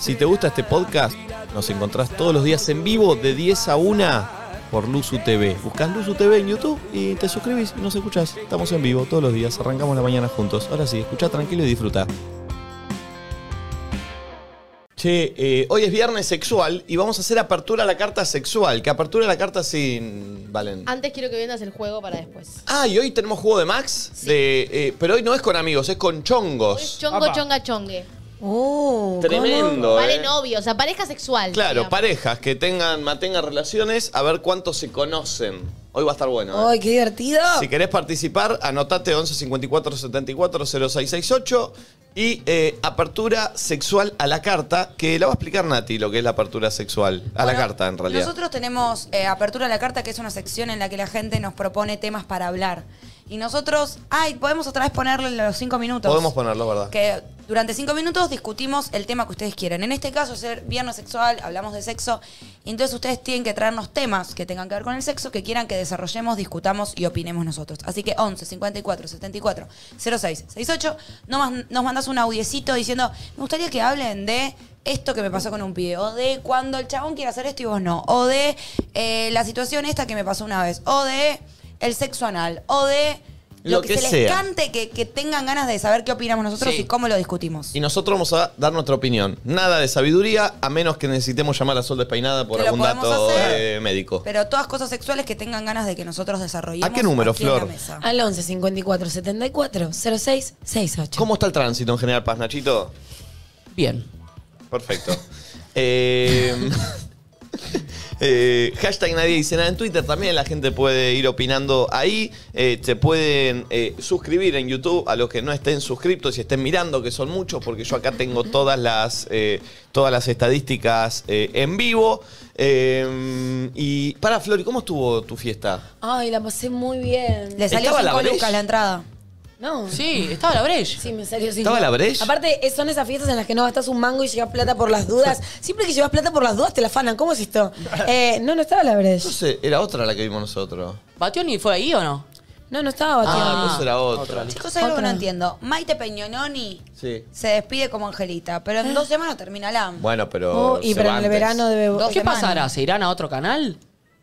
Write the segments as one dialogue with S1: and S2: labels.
S1: Si te gusta este podcast, nos encontrás todos los días en vivo de 10 a 1 por Luzu TV. Buscás Luzu TV en YouTube y te suscribís y nos escuchás. Estamos en vivo todos los días, arrancamos la mañana juntos. Ahora sí, escuchá tranquilo y disfruta. Che, eh, hoy es viernes sexual y vamos a hacer apertura a la carta sexual. Que apertura a la carta sin Valen.
S2: Antes quiero que vendas el juego para después.
S1: Ah, y hoy tenemos juego de Max. De, eh, pero hoy no es con amigos, es con chongos.
S2: Hoy es chongo,
S3: Apa.
S2: chonga, chongue.
S4: Oh,
S1: Tremendo.
S2: Vale
S1: eh.
S2: novio, o sea, pareja sexual.
S1: Claro,
S2: digamos.
S1: parejas que tengan, mantengan relaciones, a ver cuántos se conocen. Hoy va a estar bueno.
S4: ¿cómo?
S1: ¿eh?
S4: ¡Ay, qué divertido!
S1: Si querés participar, anotate 11 54 74 0668 y eh, apertura sexual a la carta, que la va a explicar Nati lo que es la apertura sexual. A la
S4: Bueno,
S1: carta, en realidad.
S4: Nosotros tenemos eh, Apertura a la Carta, que es una sección en la que la gente nos propone temas para hablar. Y nosotros, ay, podemos otra vez ponerle los cinco minutos.
S1: Podemos ponerlo, ¿verdad?
S4: Que durante cinco minutos discutimos el tema que ustedes quieren. En este caso, ser viernes sexual, hablamos de sexo. Y entonces ustedes tienen que traernos temas que tengan que ver con el sexo, que quieran que desarrollemos, discutamos y opinemos nosotros. Así que 11 54 74 06 68, nomás nos mandas un audiecito diciendo, me gustaría que hablen de esto que me pasó con un pibe, o de cuando el chabón quiere hacer esto y vos no, o de eh, la situación esta que me pasó una vez, o de el sexo anal, o de... Lo,
S1: Lo
S4: que,
S1: que
S4: se les
S1: sea.
S4: cante, que, que tengan ganas de saber qué opinamos nosotros
S1: Sí.
S4: y cómo lo discutimos.
S1: Y nosotros vamos a dar nuestra opinión. Nada de sabiduría, a menos que necesitemos llamar a Sol Despeinada por
S4: Que lo
S1: algún
S4: podemos
S1: dato
S4: hacer.
S1: eh, médico.
S4: Pero todas cosas sexuales que tengan ganas de que nosotros desarrollemos.
S1: ¿A qué número,
S4: aquí en la
S1: Flor?
S4: mesa.
S3: Al 11 54 74 06 68.
S1: ¿Cómo está el tránsito en general, Paz, Nachito?
S3: Bien.
S1: Perfecto. Eh, eh, hashtag nadie dice nada en Twitter. También la gente puede ir opinando ahí. Eh, se pueden eh, suscribir en YouTube a los que no estén suscriptos y estén mirando, que son muchos, porque yo acá tengo todas las, eh, todas las estadísticas eh, en vivo. Eh, y para Flori, ¿cómo estuvo tu fiesta?
S3: Ay, la pasé muy bien.
S4: Le salió
S1: ¿Estaba la
S4: cinco
S1: Breche?
S4: lucas la entrada.
S3: No.
S5: Sí, estaba la Breche.
S3: Sí, me salió así.
S1: ¿Estaba la Breche?
S3: Aparte, eh, son esas fiestas en las que no gastas un mango y llegas plata por las dudas. Siempre que llevas plata por las dudas te la afanan. ¿Cómo es esto? Eh, no, no estaba la Breche.
S1: No sé, era otra la que vimos nosotros.
S5: ¿Bationi fue ahí o no?
S3: No, no estaba Bationi.
S1: Ah, pues era otra.
S4: Chicos, hay algo que no
S3: Otra.
S4: entiendo. Maite Peñononi
S1: Sí.
S4: se despide como angelita, pero en dos semanas termina la.
S1: Bueno, pero.
S3: Oh, y
S1: se
S3: pero
S1: va
S3: en el
S1: antes.
S3: verano debe.
S4: Dos
S5: ¿Qué
S4: semanas.
S5: pasará? ¿Se irán a otro canal?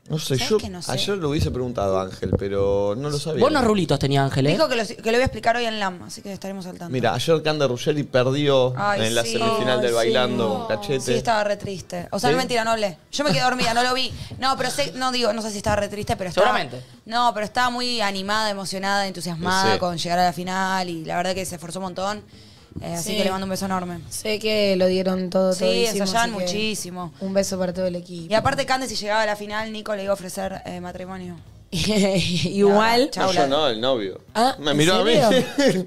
S1: No sé,
S4: ¿Sabes
S1: yo
S4: que no sé?
S1: ayer lo hubiese preguntado a Ángel, pero no lo sabía.
S5: Buenos rulitos tenía Ángel, ¿eh?
S4: Dijo que lo, que lo voy a explicar hoy en LAM, así que estaremos al tanto.
S1: Mira, ayer Cande Ruggeri perdió
S4: Ay,
S1: en la
S4: sí.
S1: semifinal
S3: Ay,
S1: del
S3: sí.
S1: bailando, un
S3: No.
S1: cachete.
S4: Sí, estaba re triste. O sea,
S1: ¿Sí?
S4: no mentira, no hablé. Yo me quedé dormida, no lo vi. No, pero sé, no digo, no sé si estaba re triste, pero estaba.
S5: Seguramente.
S4: No, pero estaba muy animada, emocionada, entusiasmada
S1: Sí.
S4: con llegar a la final y la verdad que se esforzó un montón. Eh, Así
S3: Sí.
S4: que le mando un beso enorme.
S3: Sé que lo dieron todo,
S4: Sí,
S3: todísimo,
S4: ensayaban
S3: así que
S4: muchísimo.
S3: Un beso para todo el equipo.
S4: Y aparte, Cande, si llegaba a la final, Nico le iba a ofrecer eh, matrimonio.
S3: Igual.
S4: Chau,
S1: no, yo
S4: la-
S1: no, el novio.
S3: Ah,
S1: Me
S3: ¿en
S1: miró a mí.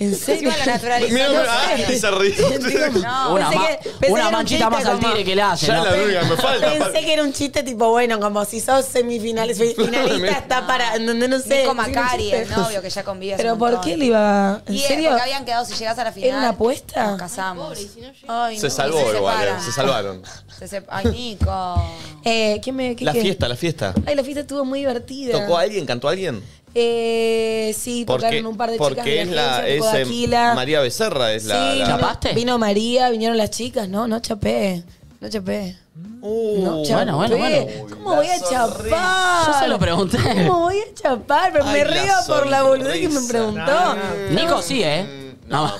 S3: ¿En
S4: Sí,
S3: serio?
S4: la naturalizó.
S1: Miró a mí,
S4: no
S1: ah,
S4: sé.
S1: y se rió.
S4: No,
S5: una
S4: pensé
S5: ma-
S4: que- pensé que era
S5: una
S4: un
S5: manchita
S4: chiste
S5: más al
S4: como-
S5: tigre que le hace,
S1: ya
S5: ¿no?
S1: la única que me falta.
S3: Pensé que era un chiste tipo, bueno, como si sos semifinales, finalista, está para. No, no, no sé.
S4: Nico
S3: Sí, no
S4: Macari,
S3: sé.
S4: el novio que ya convive hace
S3: Pero
S4: un
S3: ¿por
S4: montón.
S3: qué le iba.? ¿En
S4: Y es
S3: serio?
S4: porque habían quedado si llegas a la final.
S3: una apuesta?
S4: Nos casamos.
S2: Pobre, y si no llega.
S4: Ay,
S1: Se
S4: no,
S1: salvó
S4: se
S1: igual,
S4: separan.
S1: eh, se salvaron.
S4: Se sep- Ay, Nico.
S3: Eh, ¿qué me, qué,
S1: La
S3: qué?
S1: fiesta, la fiesta.
S3: Ay, la fiesta estuvo muy divertida.
S1: ¿Tocó a alguien? ¿Cantó a alguien?
S3: Eh, sí, tocaron un par de chicas.
S1: porque
S3: de
S1: es la.
S3: agencia,
S1: Es,
S3: tocó
S1: eh,
S3: Aquila.
S1: María Becerra es la.
S3: Sí,
S1: la-
S3: vino-
S5: ¿Chapaste?
S3: Vino María, vinieron las chicas. No, no chapé. No chapé.
S1: Uh,
S3: No, chapé.
S5: bueno, bueno, bueno.
S3: ¿Cómo voy a chapar?
S5: Yo se lo pregunté.
S3: ¿Cómo voy a chapar? Pero
S1: Ay,
S3: me
S1: la
S3: río por la boludez que me
S1: sonrisa.
S3: preguntó.
S5: Nico sí, ¿eh? No,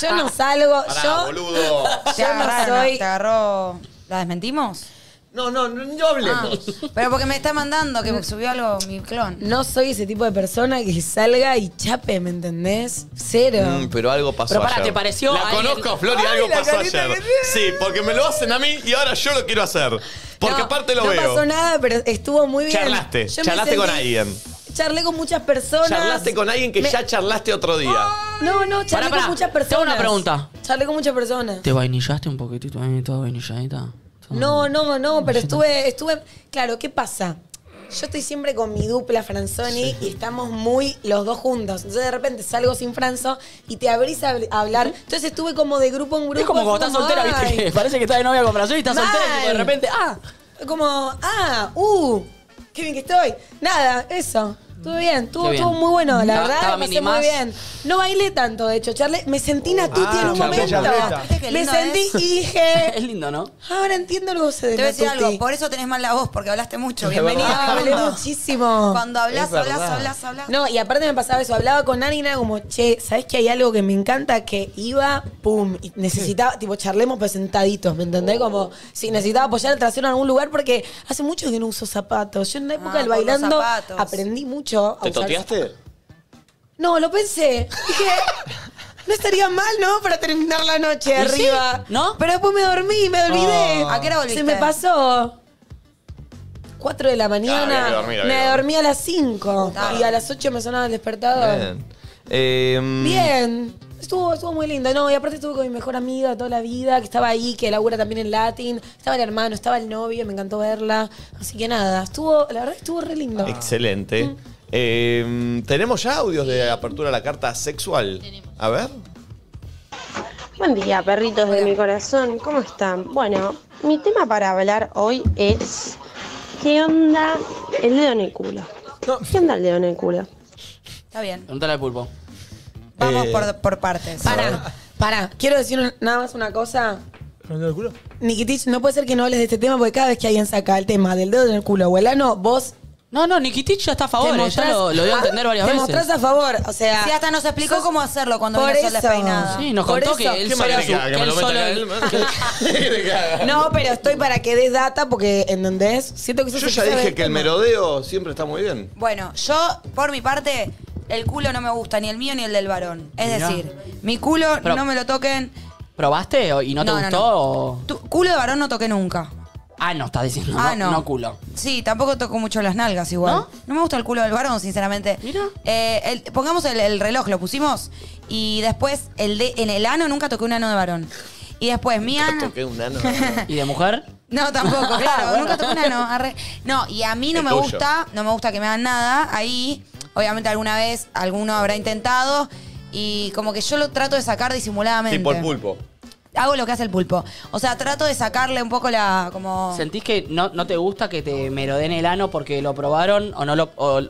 S3: Yo no salgo.
S1: pará,
S3: yo
S1: boludo.
S4: Te
S3: Yo no
S4: agarraron,
S3: soy-
S4: Te agarró. ¿La desmentimos?
S1: No, no, no, no
S3: Ah.
S1: hablemos.
S4: Pero porque me está mandando que subió algo mi clon.
S3: no soy ese tipo de persona que salga y chape, ¿me entendés? Cero.
S1: Mm, pero algo pasó
S5: Pero pará,
S1: ayer.
S5: ¿te pareció
S1: La
S5: alguien-
S1: conozco a Flor y algo pasó ayer. Sí, porque me lo hacen a mí y ahora yo lo quiero hacer. Porque
S3: No,
S1: aparte lo
S3: no
S1: veo.
S3: pasó nada, pero estuvo muy bien.
S1: Charlaste,
S3: Yo me
S1: charlaste con
S3: sentí-
S1: alguien.
S3: Charlé con muchas personas.
S1: Charlaste con alguien que
S3: Me- Ah,
S1: ya charlaste otro día.
S3: No, no, charlé
S5: Pará, pará.
S3: con muchas
S5: Tengo
S3: personas.
S5: una pregunta.
S3: Charlé con muchas personas.
S5: ¿Te vainillaste un poquitito ahí, toda vainilladita?
S3: No, no, no, pero estuve, estuve. Claro, ¿qué pasa? Yo estoy siempre con mi dupla Franzoni y estamos muy los dos juntos. Entonces de repente salgo sin Franzo y te abrís a, habl- a hablar. Entonces estuve como de grupo en grupo.
S5: Es como cuando estás soltera,
S3: ay,
S5: ¿viste? Que parece que estás de novia con Brasil y estás
S3: Mal.
S5: soltera y tipo, de repente, ah,
S3: Como, ah, uh, qué bien que estoy. Nada, eso. Estuvo bien, estuvo,
S5: Qué bien.
S3: estuvo muy bueno, la
S5: Estaba-
S3: verdad,
S5: estaba
S3: la pasé
S5: mini
S3: muy
S5: más.
S3: bien. No bailé tanto, de hecho, Charlie. Me sentí
S5: Oh,
S3: Natuti en un
S1: Ah,
S3: momento.
S1: charleta.
S4: ¿Viste qué
S3: Me
S4: lindo
S3: sentí
S4: es?
S3: y
S4: Eh.
S3: dije,
S5: Es lindo, ¿no?
S3: ahora entiendo el goce de
S4: Te voy a decir
S3: Natuti.
S4: algo, por eso tenés mal la voz, porque hablaste mucho.
S1: Es verdad.
S4: Bienvenida.
S3: Ah, hablé
S4: Cuando-
S3: muchísimo.
S4: Cuando hablas,
S1: Es
S4: hablas,
S1: verdad.
S4: hablas, hablas.
S3: No, y aparte me pasaba eso, hablaba con Ani y era como, che, ¿sabes que hay algo que me encanta? Que iba, pum, y necesitaba, tipo, charlemos pero sentaditos, ¿me entendés? Como, si necesitaba apoyar el trasero en algún lugar porque hace mucho que no uso zapatos. Yo en la época
S4: Ah,
S3: del
S4: por los
S3: bailando
S4: zapatos.
S3: aprendí mucho a
S1: ¿Te
S3: usar
S1: toteaste?
S3: No, lo pensé. Dije, no estaría mal, ¿no? Para terminar la noche arriba.
S5: ¿No?
S3: Pero después me dormí, me olvidé.
S4: Oh. ¿A qué hora volviste?
S3: Se me pasó. 4 de la mañana.
S1: Ah, había que dormir, había que
S3: me
S1: dormir.
S3: dormí a las 5.
S4: Puta.
S3: Y a las 8 me sonaba el despertador. Bien.
S1: Bien. Eh,
S3: Estuvo, estuvo muy linda. No, y aparte estuve con mi mejor amiga toda la vida, que estaba ahí, que labura también en Latin. Estaba el hermano, estaba el novio, me encantó verla. Así que nada, estuvo, la verdad que estuvo re lindo.
S1: Excelente. Eh, Tenemos ya audios de apertura a la carta sexual. A ver.
S6: Buen día, perritos de mi corazón, ¿cómo están? Bueno, mi tema para hablar hoy es ¿qué onda el dedo en el culo? ¿Qué onda el dedo en el culo?
S4: Está bien.
S5: Pregúntale al pulpo.
S4: Vamos
S1: Eh,
S4: por, por partes.
S3: Pará, pará. Quiero decir un- nada más una cosa. Nikitich, no puede ser que no hables de este tema porque cada vez que alguien saca el tema del dedo en el culo o el ano, vos
S5: No, no, Nikitich ya está a
S3: te
S5: favor, eh,
S3: mostrás-
S5: ya lo, lo dio a entender varias
S3: te
S5: veces.
S3: mostrás a favor, o sea...
S4: Sí, hasta nos explicó
S3: sos-
S4: cómo hacerlo cuando
S3: por
S4: vino Sol
S3: eso.
S4: despeinada.
S5: Sí, nos
S3: Por
S5: contó
S3: eso.
S5: que él
S1: ¿Qué más
S5: solo...
S1: quiere que haga? ¿Que me
S5: él
S1: lo meta
S5: solo-
S1: acá él? ¿Qué quiere que haga?
S3: No, pero estoy para que des data porque, ¿entendés? Siento que sos
S1: Yo
S3: el
S1: ya
S3: que sabe
S1: dije
S3: del
S1: que el
S3: tema.
S1: merodeo siempre está muy bien.
S4: Bueno, yo, por mi parte, el culo no me gusta, ni el mío ni el del varón. Es
S5: Mirá.
S4: decir, mi culo
S5: Pero-
S4: no me lo toquen.
S5: ¿Probaste o- y no te gustó? o-
S4: Tu- culo de varón no toqué nunca.
S5: Ah, no, estás diciendo.
S4: ah,
S5: no.
S4: no.
S5: No culo.
S4: Sí, tampoco toco mucho las nalgas igual.
S5: ¿No?
S4: ¿No? me gusta el culo del varón, sinceramente.
S5: Mirá.
S4: Eh, el- pongamos el, el reloj, lo pusimos. Y después, el de, en el ano nunca toqué un ano de varón. Y después, mi ano.
S1: Toqué un ano.
S5: ¿Y de mujer?
S4: No, tampoco, claro. Nunca toqué una, no. arre. No, y a mí no
S1: El
S4: me
S1: tuyo.
S4: gusta, no me gusta que me hagan nada. Ahí, obviamente, alguna vez alguno habrá intentado. Y como que yo lo trato de sacar disimuladamente.
S1: Tipo el pulpo.
S4: Hago lo que hace el pulpo. O sea, trato de sacarle un poco la. como.
S5: ¿Sentís que no, no te gusta que te merodeen el ano porque lo probaron o no lo... o-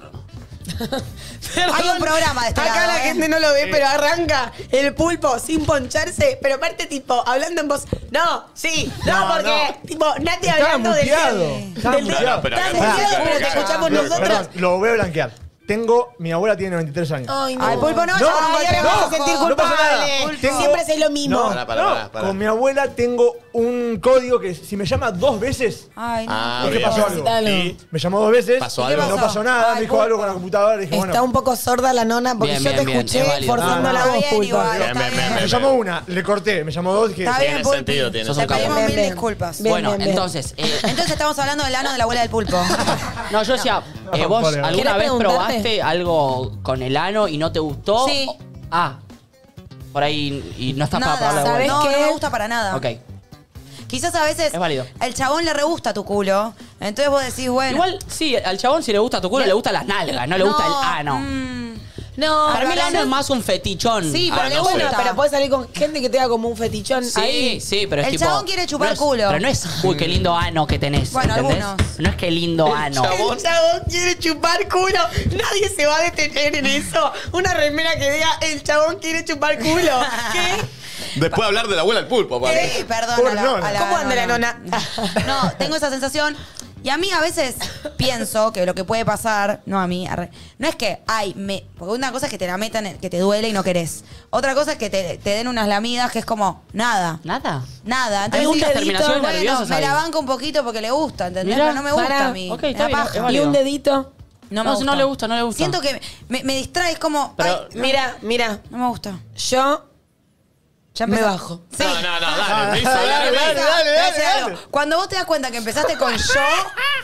S4: Hay un programa de este
S3: Acá
S4: lado,
S3: la
S4: ¿eh?
S3: gente no lo ve, pero arranca el pulpo sin poncharse. Pero aparte, tipo, hablando en voz. No, sí, no,
S7: No,
S3: porque, tipo, Nati
S7: Estaba
S3: hablando del.
S7: muteado.
S3: del-
S7: Estaba
S3: del-
S7: muteado.
S1: No, pero
S3: Estaba
S1: acá-
S3: muteado,
S1: acá-
S3: pero te
S1: acá-
S3: escuchamos
S1: acá-
S3: nosotros.
S7: Perdón, lo voy a blanquear. Tengo, mi abuela tiene 23 años.
S3: Ay, no.
S4: Al pulpo no,
S7: No,
S4: ya
S7: no,
S3: Ay, ahora
S7: no,
S3: vamos a sentir
S7: no pasa nada.
S3: culpable.
S7: Tengo-
S3: Siempre es lo mismo.
S7: No,
S1: Pará, pará,
S7: no.
S1: pará, pará.
S7: Con mi abuela tengo un código que si me llama dos veces,
S4: Ay, no.
S1: Ah,
S7: es que
S1: bien.
S7: pasó algo.
S3: Necesitalo.
S1: Y-
S7: Me llamó dos veces,
S1: ¿Pasó
S7: y
S1: algo?
S7: no pasó nada,
S4: Ay,
S7: me dijo algo con la computadora, dije,
S3: Está
S7: bueno,
S3: un poco sorda la nona porque
S5: Bien,
S3: yo
S5: bien,
S3: te
S5: bien,
S3: escuché
S5: es válido.
S3: forzando
S7: Ah,
S3: la voz,
S4: está bien,
S3: pulpo.
S4: igual, está
S1: Bien, bien,
S4: bien.
S7: me llamó una, le corté, me llamó dos, dije,
S4: Está bien,
S1: Tiene
S4: pulpi.
S1: sentido, tiene
S5: Sos
S4: Te
S5: un capo.
S4: pedimos
S3: Bien,
S4: mil
S3: bien.
S4: disculpas.
S3: Bien,
S5: bueno,
S3: bien, bien.
S5: entonces... eh,
S4: Entonces estamos hablando del ano de la abuela del pulpo.
S5: no, yo decía, eh, ¿vos
S7: ¿Querés
S5: alguna vez
S3: preguntarte?
S5: probaste algo con el ano y no te gustó?
S4: Sí.
S5: Ah, por ahí y no está para
S4: nada,
S5: probarlo.
S3: ¿sabés
S4: no,
S3: qué?
S4: no me gusta para nada.
S5: Ok.
S4: Quizás a veces
S5: Es válido.
S4: el chabón le re gusta tu culo. Entonces vos decís, bueno.
S5: Igual, sí, al chabón si le gusta tu culo, le gustan las nalgas, no le gusta el ano.
S4: mm,
S3: No,
S5: Para mí el
S3: pero
S5: ano
S3: no-
S5: es más un fetichón.
S4: Sí, pero
S5: Ah,
S4: le
S5: no sé.
S4: gusta.
S3: Bueno, pero puedes salir con gente que te haga como un fetichón
S5: Sí,
S3: ahí.
S5: sí, pero es
S4: El
S5: tipo...
S4: chabón quiere chupar
S5: no es-
S4: culo.
S5: Pero no es, uy, qué lindo ano que tenés,
S4: Bueno,
S5: ¿entendés?
S4: algunos.
S5: No es que lindo ano.
S3: El chabón quiere chupar culo. Nadie se va a detener en eso. Una remera que diga el chabón quiere chupar culo. ¿Qué?
S1: Después hablar de la abuela al pulpo, padre.
S4: eh, perdón.
S7: Por
S4: a la-
S7: nona.
S4: a la
S3: ¿Cómo anda la nona?
S4: No, tengo esa sensación. Y a mí a veces pienso que lo que puede pasar, no a mí, arre, no es que, ay, me. Porque una cosa es que te la metan, en- que te duele y no querés. Otra cosa es que te, te den unas lamidas que es como, nada.
S5: Nada.
S4: Nada.
S5: Hay muchas
S4: dedito,
S5: terminaciones
S4: bueno,
S5: nerviosas
S4: Me
S5: ahí.
S4: la banco un poquito porque le gusta, ¿entendés?
S5: Mirá,
S4: Pero no me gusta
S3: pará.
S4: a mí.
S5: Ok,
S4: Me
S5: está
S4: da
S5: bien,
S4: paja.
S5: es válido.
S3: Y un dedito.
S4: No, me
S5: No, si
S4: gusta.
S5: no le gusta, no le gusta.
S4: Siento que me, me distrae, es como.
S5: Pero-
S4: ay,
S3: Mira, mira.
S4: no me gusta.
S3: Yo
S4: Ya
S3: me
S4: empezó.
S3: bajo.
S4: Sí.
S1: No, no, no, dale. Rizo,
S4: Pará,
S1: dale,
S4: pará,
S1: dale, dale,
S4: pará. Te voy a
S1: dale,
S4: decir
S1: dale.
S4: algo. Cuando vos te das cuenta que empezaste con yo,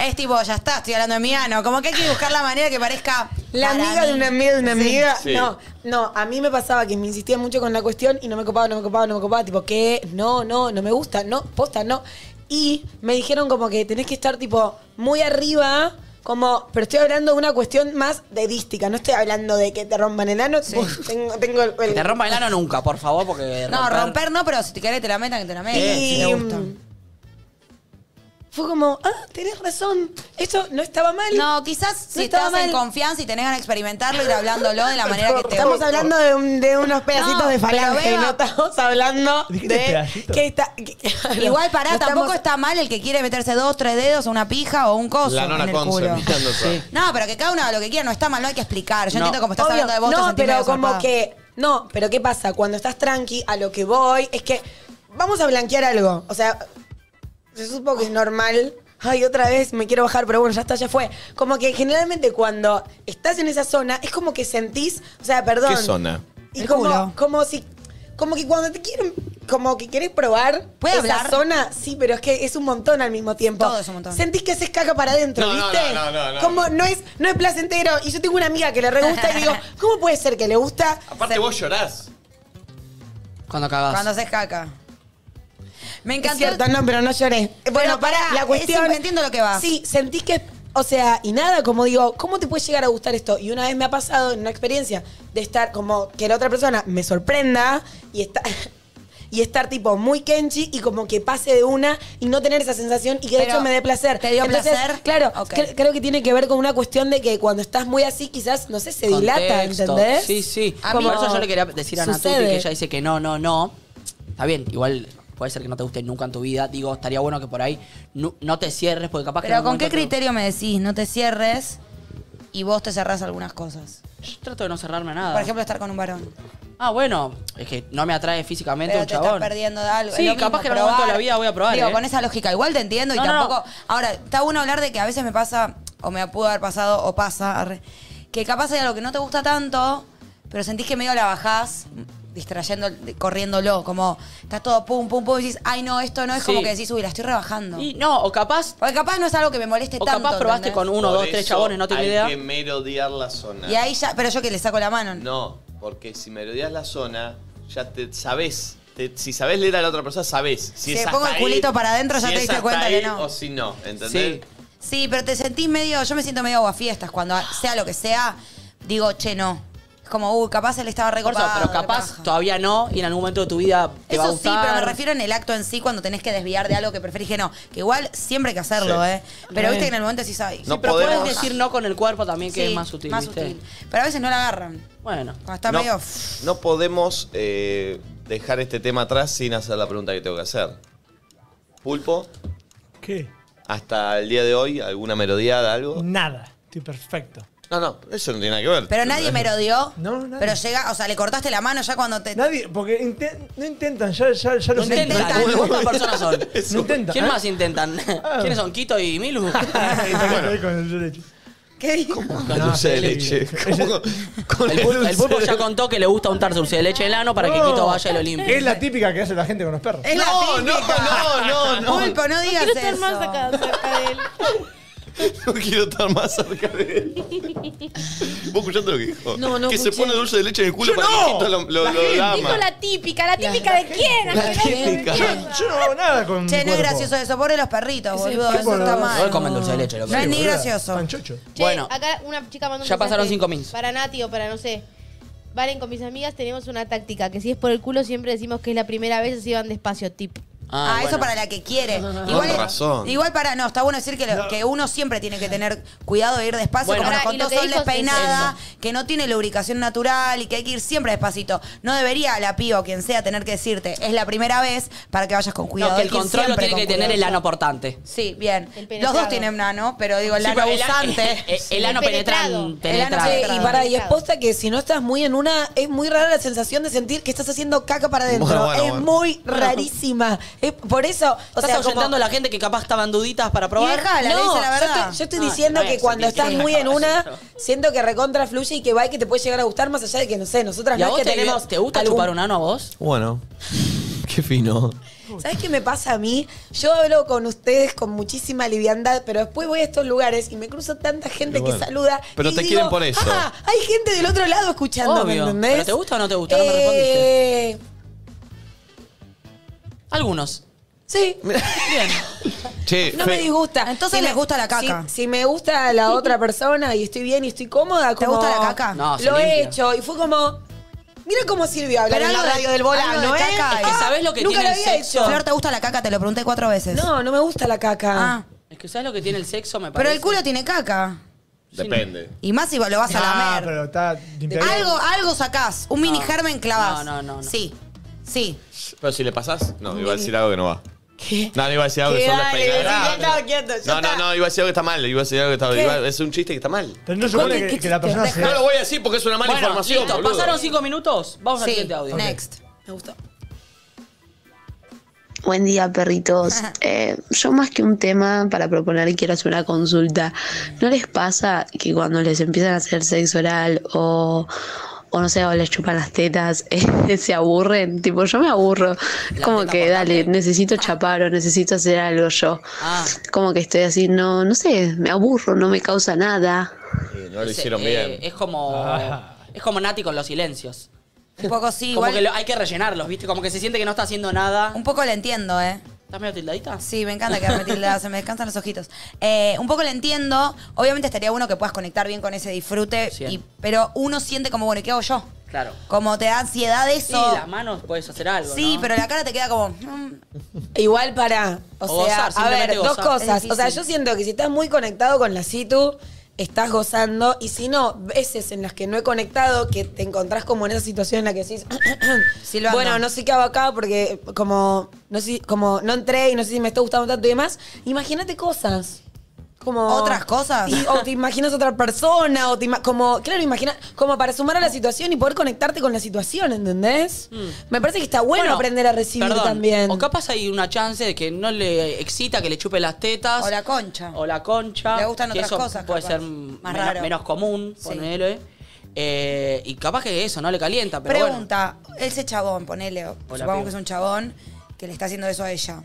S4: es tipo, ya está, estoy hablando de mi ano. Como que hay que buscar la manera que parezca.
S3: La
S4: para
S3: amiga
S4: mí.
S3: de una amiga de una
S4: Sí.
S3: amiga.
S1: Sí.
S3: No, no, a mí me pasaba que me insistía mucho con la cuestión y no me copaba, no me copaba, no me copaba. Tipo, ¿qué? No, no, no me gusta, no, posta, no. Y me dijeron como que tenés que estar, tipo, muy arriba. Como, pero estoy hablando de una cuestión más dedística. No estoy hablando de que te rompan el ano. Tengo, tengo el,
S5: Que te rompa el ano nunca, por favor, porque.
S4: No, romper no, pero si te querés te la metan, que te la metan.
S3: Y-
S4: Si te gusta.
S3: mm, fue como, ah, tenés razón, esto no estaba mal.
S4: No, quizás si
S3: No estaba
S4: estás en
S3: mal.
S4: confianza y tenés ganas de experimentarlo, ir hablándolo de la manera que te
S3: Estamos hablando de, un- de unos pedacitos
S4: No,
S3: de
S4: pero
S3: falange,
S4: Beba-
S3: no estamos hablando
S7: Dijiste
S3: de
S7: pedacitos.
S3: que está- que-
S4: Igual pará,
S3: No
S4: tampoco
S3: estamos-
S4: está mal el que quiere meterse dos, tres dedos, una pija o un coso
S1: La nona
S4: en el
S1: Conce,
S4: culo.
S1: mirando eso.
S4: No, pero que cada uno haga lo que quiera, no está mal, no hay que explicar. Yo
S5: No.
S4: entiendo como estás
S3: Obvio,
S4: hablando de vos, te
S3: No,
S4: sentís
S3: pero
S4: medio
S3: como
S4: zarpada.
S3: que. No, pero ¿qué pasa? Cuando estás tranqui, a lo que voy, es que. Vamos a blanquear algo. O sea, se supo que es normal. Ay, otra vez me quiero bajar, pero bueno, ya está, ya fue. Como que generalmente cuando estás en esa zona, es como que sentís. O sea, perdón.
S1: ¿Qué zona?
S3: Y
S4: El culo.
S3: como, como si. Como que cuando te quieren. Como que querés probar
S4: ¿Puedo
S3: esa
S4: hablar?
S3: zona, sí, pero es que es un montón al mismo tiempo.
S4: Todo es un montón.
S3: Sentís que haces caca para adentro,
S1: No, no,
S3: ¿viste?
S1: no, no, no, no.
S3: Como no es, no es placentero. Y yo tengo una amiga que le re gusta y digo, ¿cómo puede ser que le gusta?
S1: Aparte vos llorás.
S5: Cuando cagás.
S4: Cuando haces caca. Me
S3: Es
S4: encantó.
S3: cierto, no, pero no lloré. Eh, Bueno, para
S4: pará,
S3: la cuestión.
S4: es- entiendo lo que vas.
S3: Sí, sentís que. O sea, y nada, como digo, ¿cómo te puede llegar a gustar esto? Y una vez me ha pasado en una experiencia de estar como que la otra persona me sorprenda y está. Y estar tipo muy kenchi y como que pase de una y no tener esa sensación y que de
S4: Pero,
S3: hecho me dé placer.
S4: ¿te dio
S3: Entonces,
S4: placer?
S3: Claro,
S4: Ok.
S3: cre- creo que tiene que ver con una cuestión de que cuando estás muy así, quizás, no sé, se dilata,
S5: Contexto.
S3: ¿entendés?
S5: Sí, sí.
S4: A
S5: Por
S4: mí-
S5: eso yo le quería decir a Natuti
S3: Sucede.
S5: que ella dice que no, no, no. Está bien, igual puede ser que no te guste nunca en tu vida. Digo, estaría bueno que por ahí nu- no, te cierres porque capaz que... en
S4: Pero
S5: algún
S4: ¿con qué
S5: momento te-
S4: criterio me decís? No te cierres y vos te cerrás algunas cosas.
S5: Yo trato de no cerrarme a
S1: Ah.
S5: nada.
S4: Por ejemplo, estar con un varón.
S5: Ah, bueno, es que no me atrae físicamente
S4: Pero
S5: un
S4: te
S5: chabón.
S4: estás perdiendo de algo. Es
S5: Sí,
S4: lo
S5: capaz
S4: mismo,
S5: que en algún momento de la vida voy a probar,
S4: Digo,
S5: ¿eh?
S4: con esa lógica. Igual te entiendo y
S5: No, no,
S4: tampoco.
S5: no.
S4: Ahora, está bueno hablar de que a veces me pasa, o me pudo haber pasado, o pasa, arre, que capaz hay algo que no te gusta tanto, pero sentís que medio la bajás distrayendo, corriéndolo, como estás todo pum, pum, pum, y decís, ay no, esto no es
S5: Sí.
S4: como que decís, uy, la estoy rebajando.
S5: Y no, o capaz...
S4: Porque capaz no es algo que me moleste
S5: O
S4: tanto.
S5: capaz probaste
S4: ¿entendés?
S5: con uno,
S1: Por
S5: dos, tres
S1: eso
S5: chabones, no tengo
S1: hay
S5: idea.
S1: que merodear la zona.
S4: Y ahí ya, pero yo que le saco la mano.
S1: No, porque si merodeas la zona, ya te sabés. Te- si sabés leer a la otra persona, sabés. Si
S4: Si
S1: es
S4: le pongo
S1: hasta
S4: el culito
S1: ahí,
S4: para adentro,
S1: si
S4: ya te
S1: es
S4: diste
S1: hasta
S4: cuenta que
S1: ahí
S4: no.
S1: O si no, ¿entendés?
S5: Sí.
S4: Sí, pero te sentís medio, yo me siento medio aguafiestas cuando sea lo que sea, digo, che, no. Es como, uy, capaz él estaba
S5: Por eso,
S4: recopado.
S5: pero capaz todavía no y en algún momento de tu vida te va a
S4: Eso sí,
S5: gustar.
S4: pero me refiero en el acto en sí cuando tenés que desviar de algo que preferís que no. Que igual siempre hay que hacerlo,
S1: Sí.
S4: ¿eh? Pero
S5: Re.
S4: viste que en el momento decís, ay,
S1: No
S4: sí,
S5: Pero
S1: podemos-
S5: puedes decir no con el cuerpo también, que
S4: sí,
S5: es más sutil, ¿viste?
S4: Pero a veces no la agarran.
S5: Bueno.
S4: Cuando está
S1: no,
S4: medio...
S1: no podemos eh, dejar este tema atrás sin hacer la pregunta que tengo que hacer. Pulpo,
S7: ¿Qué?
S1: hasta el día de hoy, ¿alguna merodeada, algo?
S7: Nada. Estoy perfecto.
S1: No, no, eso no tiene nada que ver.
S4: Pero nadie me dio.
S7: No, nadie.
S4: Pero llega, o sea, le cortaste la mano ya cuando te...
S7: Nadie, porque inte- no intentan, ya, ya, ya lo
S5: No
S7: sé.
S5: intentan, ¿cuántas personas son?
S7: No intentan.
S5: ¿Quién
S7: ¿eh?
S5: más intentan? ¿Quiénes son? ¿Quito y Milu?
S7: Bueno. Con el derecho.
S4: ¿Qué dijo?
S1: La
S7: No,
S1: dulce de
S7: sí.
S1: leche. ¿Cómo? Con
S5: El, pul-
S1: dulce
S5: el pulpo
S1: de-
S5: ya contó que le gusta untar dulce de leche en el ano para que
S7: No.
S5: Quito vaya y lo limpie.
S7: Es la típica que hace la gente con los perros.
S4: Es la
S1: No, no,
S4: típica.
S1: no, no, no.
S4: Pulpo, no
S2: No
S4: digas
S2: quiero estar
S4: eso.
S2: más acá, cerca de él.
S1: No quiero estar más cerca de él. ¿Vos escuchaste lo que dijo?
S3: No, no
S1: Que se
S3: escuché.
S1: pone dulce de leche en el culo
S7: Yo
S1: para
S7: no.
S1: que Tito lo, lo, lo ama.
S2: Dijo la típica, la típica de quién,
S1: La
S2: asqueroso, de
S1: típica.
S2: mierda.
S7: Yo no hago nada con mi
S4: Che, no es
S7: cuerpo.
S4: gracioso eso. Pobre los perritos, boludo. Eso
S7: Qué
S4: está
S7: boludo.
S5: No
S4: mal.
S5: comen dulce de leche, loco.
S4: No es ni
S7: boluda.
S4: gracioso.
S7: Panchocho.
S2: Che,
S5: Bueno.
S2: acá una chica mandó un
S5: Ya
S2: mensaje
S5: pasaron cinco mins.
S2: Para Nati o para no sé. Valen, con mis amigas tenemos una táctica que si es por el culo siempre decimos que es la primera vez, así van despacio, tip.
S4: Ah, eso
S5: bueno.
S4: para la que quiere. Igual,
S1: Con razón.
S4: Igual para, no, está bueno decir que, lo- que uno siempre tiene que tener cuidado de ir despacio,
S5: Bueno.
S4: como nos
S2: Ahora, y lo
S4: contó
S2: que
S4: Sol
S2: dijo es
S4: despeinada, que no tiene lubricación natural y que hay que ir siempre despacito. No debería la pío o quien sea tener que decirte, es la primera vez para que vayas con cuidado.
S5: No, que
S4: Hay
S5: el
S4: que ir
S5: control lo
S4: siempre
S5: tiene que
S4: con
S5: tener el
S4: cuidado.
S5: ano portante.
S4: Sí,
S2: El
S4: bien. Los
S2: penetrado.
S4: dos tienen nano, pero digo, el
S5: Sí,
S4: ano
S5: pero el ano-
S4: abusante.
S5: eh, eh, El ano
S2: El penetrado.
S5: penetran-
S4: El ano
S5: penetrante.
S3: Sí,
S4: Claro.
S3: y para y es posta que si no estás muy en una, es muy rara la sensación de sentir que estás haciendo caca para adentro.
S1: Bueno, bueno,
S3: es
S1: bueno.
S3: muy rarísima. Es por eso, o
S5: Estás
S3: sea, como-
S5: ahuyentando a la gente que capaz estaban duditas para
S4: Y
S5: probar.
S4: déjala, le
S3: No,
S4: dice la
S3: yo
S4: verdad.
S3: estoy, yo estoy
S5: No,
S3: diciendo
S5: no
S3: que
S5: es
S3: cuando
S5: sentir
S3: estás
S5: que
S3: muy en
S5: no,
S3: una,
S5: eso.
S3: siento que recontra fluye y que va y que te puede llegar a gustar más allá de que, no sé, nosotras
S5: ¿Y a
S3: no
S5: vos
S3: es que
S5: te,
S3: tenemos.
S5: te gusta
S3: algún-
S5: chupar un ano a vos?
S1: Bueno, qué fino.
S3: ¿Sabes qué me pasa a mí? Yo hablo con ustedes con muchísima liviandad, pero después voy a estos lugares y me cruzo tanta gente
S1: Y bueno,
S3: que saluda.
S1: pero
S3: y
S1: te
S3: digo,
S1: quieren por eso.
S3: Ah, hay gente del otro lado escuchándome,
S5: Obvio.
S3: ¿entendés?
S5: ¿Pero te gusta o no te gusta? No me
S3: Eh,
S5: Algunos.
S3: Sí.
S1: Che,
S3: No
S1: Fe-
S3: me disgusta.
S4: Entonces
S3: Si
S4: les
S3: me-
S4: gusta la caca.
S3: Si, si me gusta la otra persona y estoy bien y estoy cómoda,
S4: ¿Te
S3: como-
S4: gusta la caca?
S5: No, se
S3: lo he
S5: limpia.
S3: hecho y fue como. Mira cómo sirvió hablar
S4: Pero
S3: en la
S4: algo de-
S3: radio del volano,
S4: algo de
S3: ¿eh?
S4: caca,
S5: Es que
S4: Ah,
S5: sabés ¿Sabes lo que
S3: Nunca
S5: tiene
S3: lo
S5: el
S3: había
S5: sexo?
S4: Flor, ¿te gusta la caca? Te lo pregunté cuatro veces.
S3: No, no me gusta la caca.
S4: Ah,
S5: Es que ¿sabes lo que tiene el sexo? Me
S4: pero
S5: parece.
S4: el culo tiene caca.
S1: Depende.
S4: Y más si lo vas a
S7: Ah,
S4: lamer.
S7: pero está limpiadito.
S4: Algo, algo sacás. Un mini germen clavás.
S5: Ah. No, no, no, no.
S4: Sí. Sí.
S1: Pero si le pasás. No, iba a decir algo que no va. No, no iba a decir algo que
S3: ¿Qué?
S1: solo
S3: Dale,
S1: pega.
S3: decí,
S1: Ah,
S3: ya estaba quieto, ya
S1: No, no,
S3: está.
S1: no, iba a decir algo que está mal. Iba a decir algo que está
S3: ¿Qué?
S1: iba- Es un chiste que está mal.
S7: Pero no supone
S3: ¿Qué-
S7: que,
S3: qué
S7: que la persona
S3: chiste?
S7: se.
S1: No lo voy a decir porque es una mala
S5: Bueno,
S1: información.
S5: listo,
S1: boludo.
S5: pasaron cinco minutos. Vamos al
S4: sí.
S5: siguiente audio.
S4: Next.
S3: Me gustó.
S8: Buen día, perritos. Eh, yo más que un tema para proponer quiero hacer una consulta. ¿No les pasa que cuando les empiezan a hacer sexo oral o, o no sé, o les chupan las tetas, eh, se aburren? Tipo, yo me aburro. Es como
S5: teta
S8: que,
S5: portable.
S8: dale, necesito chapar o necesito hacer algo yo.
S5: Ah.
S8: Como que estoy así, no, no sé, me aburro, no me causa nada.
S1: Eh, No lo
S5: Es,
S1: hicieron
S5: eh,
S1: bien.
S5: Es como.
S7: Ah.
S5: Es como Nati con los silencios.
S4: Un poco sí,
S5: como
S4: igual.
S5: que lo- hay que rellenarlos, ¿viste? Como que se siente que no está haciendo nada.
S4: Un poco la entiendo, ¿eh?
S5: ¿Estás medio tildadita?
S4: Sí, me encanta que Matilda se me descansan los ojitos. Eh, un poco lo entiendo. Obviamente estaría bueno que puedas conectar bien con ese disfrute,
S5: Cien.
S4: y- pero uno siente como, bueno, ¿y ¿qué hago yo?
S5: Claro.
S4: Como te da ansiedad
S5: Sí,
S4: eso.
S5: las manos puedes hacer algo.
S4: Sí,
S5: ¿no?
S4: pero la cara te queda como. mm,
S3: Igual para, o,
S5: O
S3: sea,
S5: gozar,
S3: a ver,
S5: simplemente
S3: dos
S5: gozar.
S3: cosas.
S4: Es
S3: O sea,
S4: difícil.
S3: yo siento que si estás muy conectado con la situ, estás gozando. Y si no, veces en las que no he conectado, que te encontrás como en esa situación en la que decís,
S4: Silbando.
S3: bueno, no sé qué hago acá porque como no sé, como no entré y no sé si me está gustando tanto y demás. Imagínate cosas. Como,
S4: ¿Otras cosas?
S3: Y- o te imaginas otra persona, o te ima- como, claro, imagina, como para sumar a la situación y poder conectarte con la situación, ¿entendés? Me parece que está bueno, aprender a recibir
S5: Mm. perdón,
S3: también.
S5: O capaz hay una chance de que no le excita que le chupe las tetas.
S4: O la concha.
S5: O la concha.
S4: Le gustan
S5: que
S4: otras
S5: eso
S4: cosas,
S5: Puede
S4: capaz.
S5: ser
S4: Más
S5: menos,
S4: raro.
S5: menos común,
S4: Sí.
S5: ponele. Eh, y capaz que eso no le calienta, pero bueno.
S4: Pregunta, ese chabón, ponele, o
S5: Hola,
S4: supongamos
S5: pibe.
S4: que es un chabón que le está haciendo eso a ella.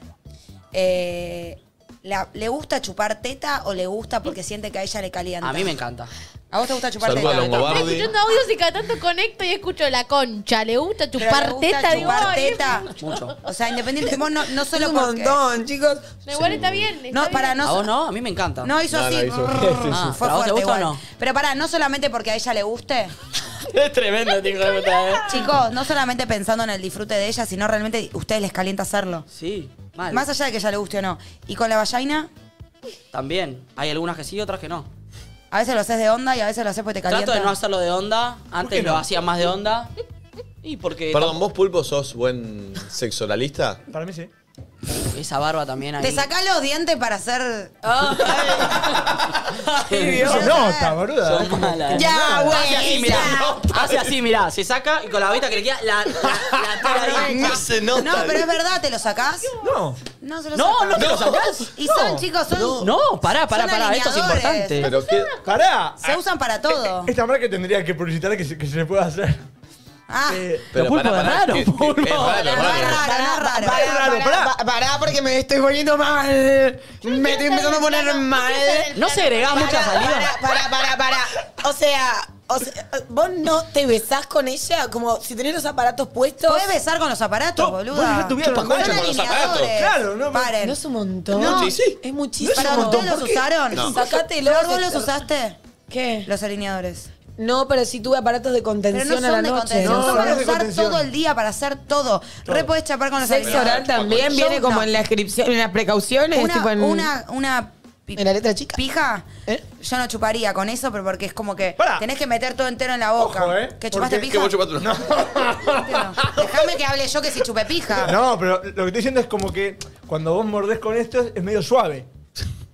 S4: Eh, la- ¿Le gusta chupar teta o le gusta porque siente que a ella le calienta?
S5: A mí me encanta.
S4: ¿A vos te gusta chupar
S1: Saludo a
S4: teta?
S2: Estoy
S1: Longobardi.
S2: escuchando audios y cada tanto conecto y escucho la concha. ¿Le gusta
S4: Pero
S2: chupar
S4: le gusta
S2: teta? Digo,
S4: chupar
S2: ay,
S4: teta.
S5: Mucho.
S4: O sea, independiente, vos no, no
S3: Es
S4: solo
S3: un
S4: porque...
S3: montón, chicos.
S2: No, igual está bien. está
S4: No,
S2: bien.
S4: para
S5: ¿A vos
S4: no...
S5: no? A mí me encanta.
S4: No hizo
S1: No, no
S4: así.
S1: hizo.
S4: brrr,
S1: Sí, sí, sí.
S5: Ah,
S4: Fue
S5: ¿pero a vos
S4: fuerte
S5: te gusta o
S4: igual.
S5: no?
S4: Pero pará, no solamente porque a ella le guste.
S5: es tremendo, tío. de puta, ¿eh?
S4: Chicos, no solamente pensando en el disfrute de ella, sino realmente a ustedes les calienta hacerlo.
S5: Sí, mal.
S4: Más allá de que ella le guste o no. Y con la vallaina,
S5: También. Hay algunas que sí, otras que no.
S4: a veces lo haces de onda y a veces lo haces porque te calienta.
S5: Trato de no hacerlo de onda. Antes lo hacía más de onda. Y porque.
S1: Perdón, ¿vos, Pulpo, sos buen sexualista?
S7: Para mí sí.
S5: Esa barba también ahí. Ah,
S4: Te sacás los dientes para hacer.
S7: No se nota, boluda.
S5: Son malas.
S4: Ya, güey,
S5: Hace así, eh. mirá. Hace así, mirá. Se saca y con la babita que le queda la, la, la tela ahí.
S1: No se nota.
S4: No, pero es verdad, ¿te lo sacás?
S7: No.
S4: No se lo
S5: No, no
S4: sacás.
S5: te lo sacás.
S4: Y son, chicos, son.
S5: No, pará, pará,
S4: Son
S5: pará. Esto es
S4: alineadores.
S5: importante. Eh,
S1: Pero qué-
S7: Pará.
S4: Se usan para todo.
S7: Esta marca tendría que publicitar que se, que se le pueda hacer.
S4: Ah,
S7: Eh,
S1: Pero
S5: Pulpo,
S1: pará,
S5: es
S1: pará,
S5: raro,
S1: que- que-
S5: Pulpo.
S1: Es raro, es
S4: Pará,
S1: raro.
S4: pará, pará,
S7: pará, pará.
S3: pará, porque me estoy poniendo mal. Me estoy empezando a poner mal.
S5: No se agregaba mucha salida.
S3: Pará, pará, pará, pará. O sea, o sea, vos no te besás con ella como si tenés los aparatos puestos.
S4: Podés besar con los aparatos,
S7: No, vos
S4: boluda.
S7: dejá tu vida en la
S4: Son
S1: concha con los
S4: alineadores.
S1: aparatos.
S7: Claro, no,
S4: Paren.
S3: No es un montón.
S1: No, sí, sí.
S3: Es muchísimo.
S4: ¿Para ustedes los usaron?
S1: No.
S3: Sacátelo.
S4: Flor, ¿Vos los usaste?
S3: ¿Qué?
S4: Los alineadores.
S3: No, pero sí tuve aparatos de
S4: Pero
S3: contención
S4: no
S3: a la
S4: son de
S3: noche.
S4: contención.
S7: No,
S4: son
S7: no
S4: para
S7: es de
S4: usar
S7: contención.
S4: todo el día, para hacer todo. Re podés chapar con los
S3: Sexo
S4: alineadores.
S3: oral también viene como en la descripción, en las precauciones,
S4: Una,
S3: tipo en,
S4: una, una pi-
S3: en la letra chica.
S4: pija,
S3: ¿Eh?
S4: yo no chuparía con eso, pero porque es como que
S7: Pará.
S4: tenés que meter todo entero en la boca.
S7: Ojo, ¿eh?
S4: ¿Que chupaste
S7: Porque-
S1: Que
S4: pija?
S1: vos chupaste una-
S4: Déjame que hable yo que si chupé pija.
S7: No, pero lo que estoy diciendo es como que cuando vos mordés con esto es medio suave.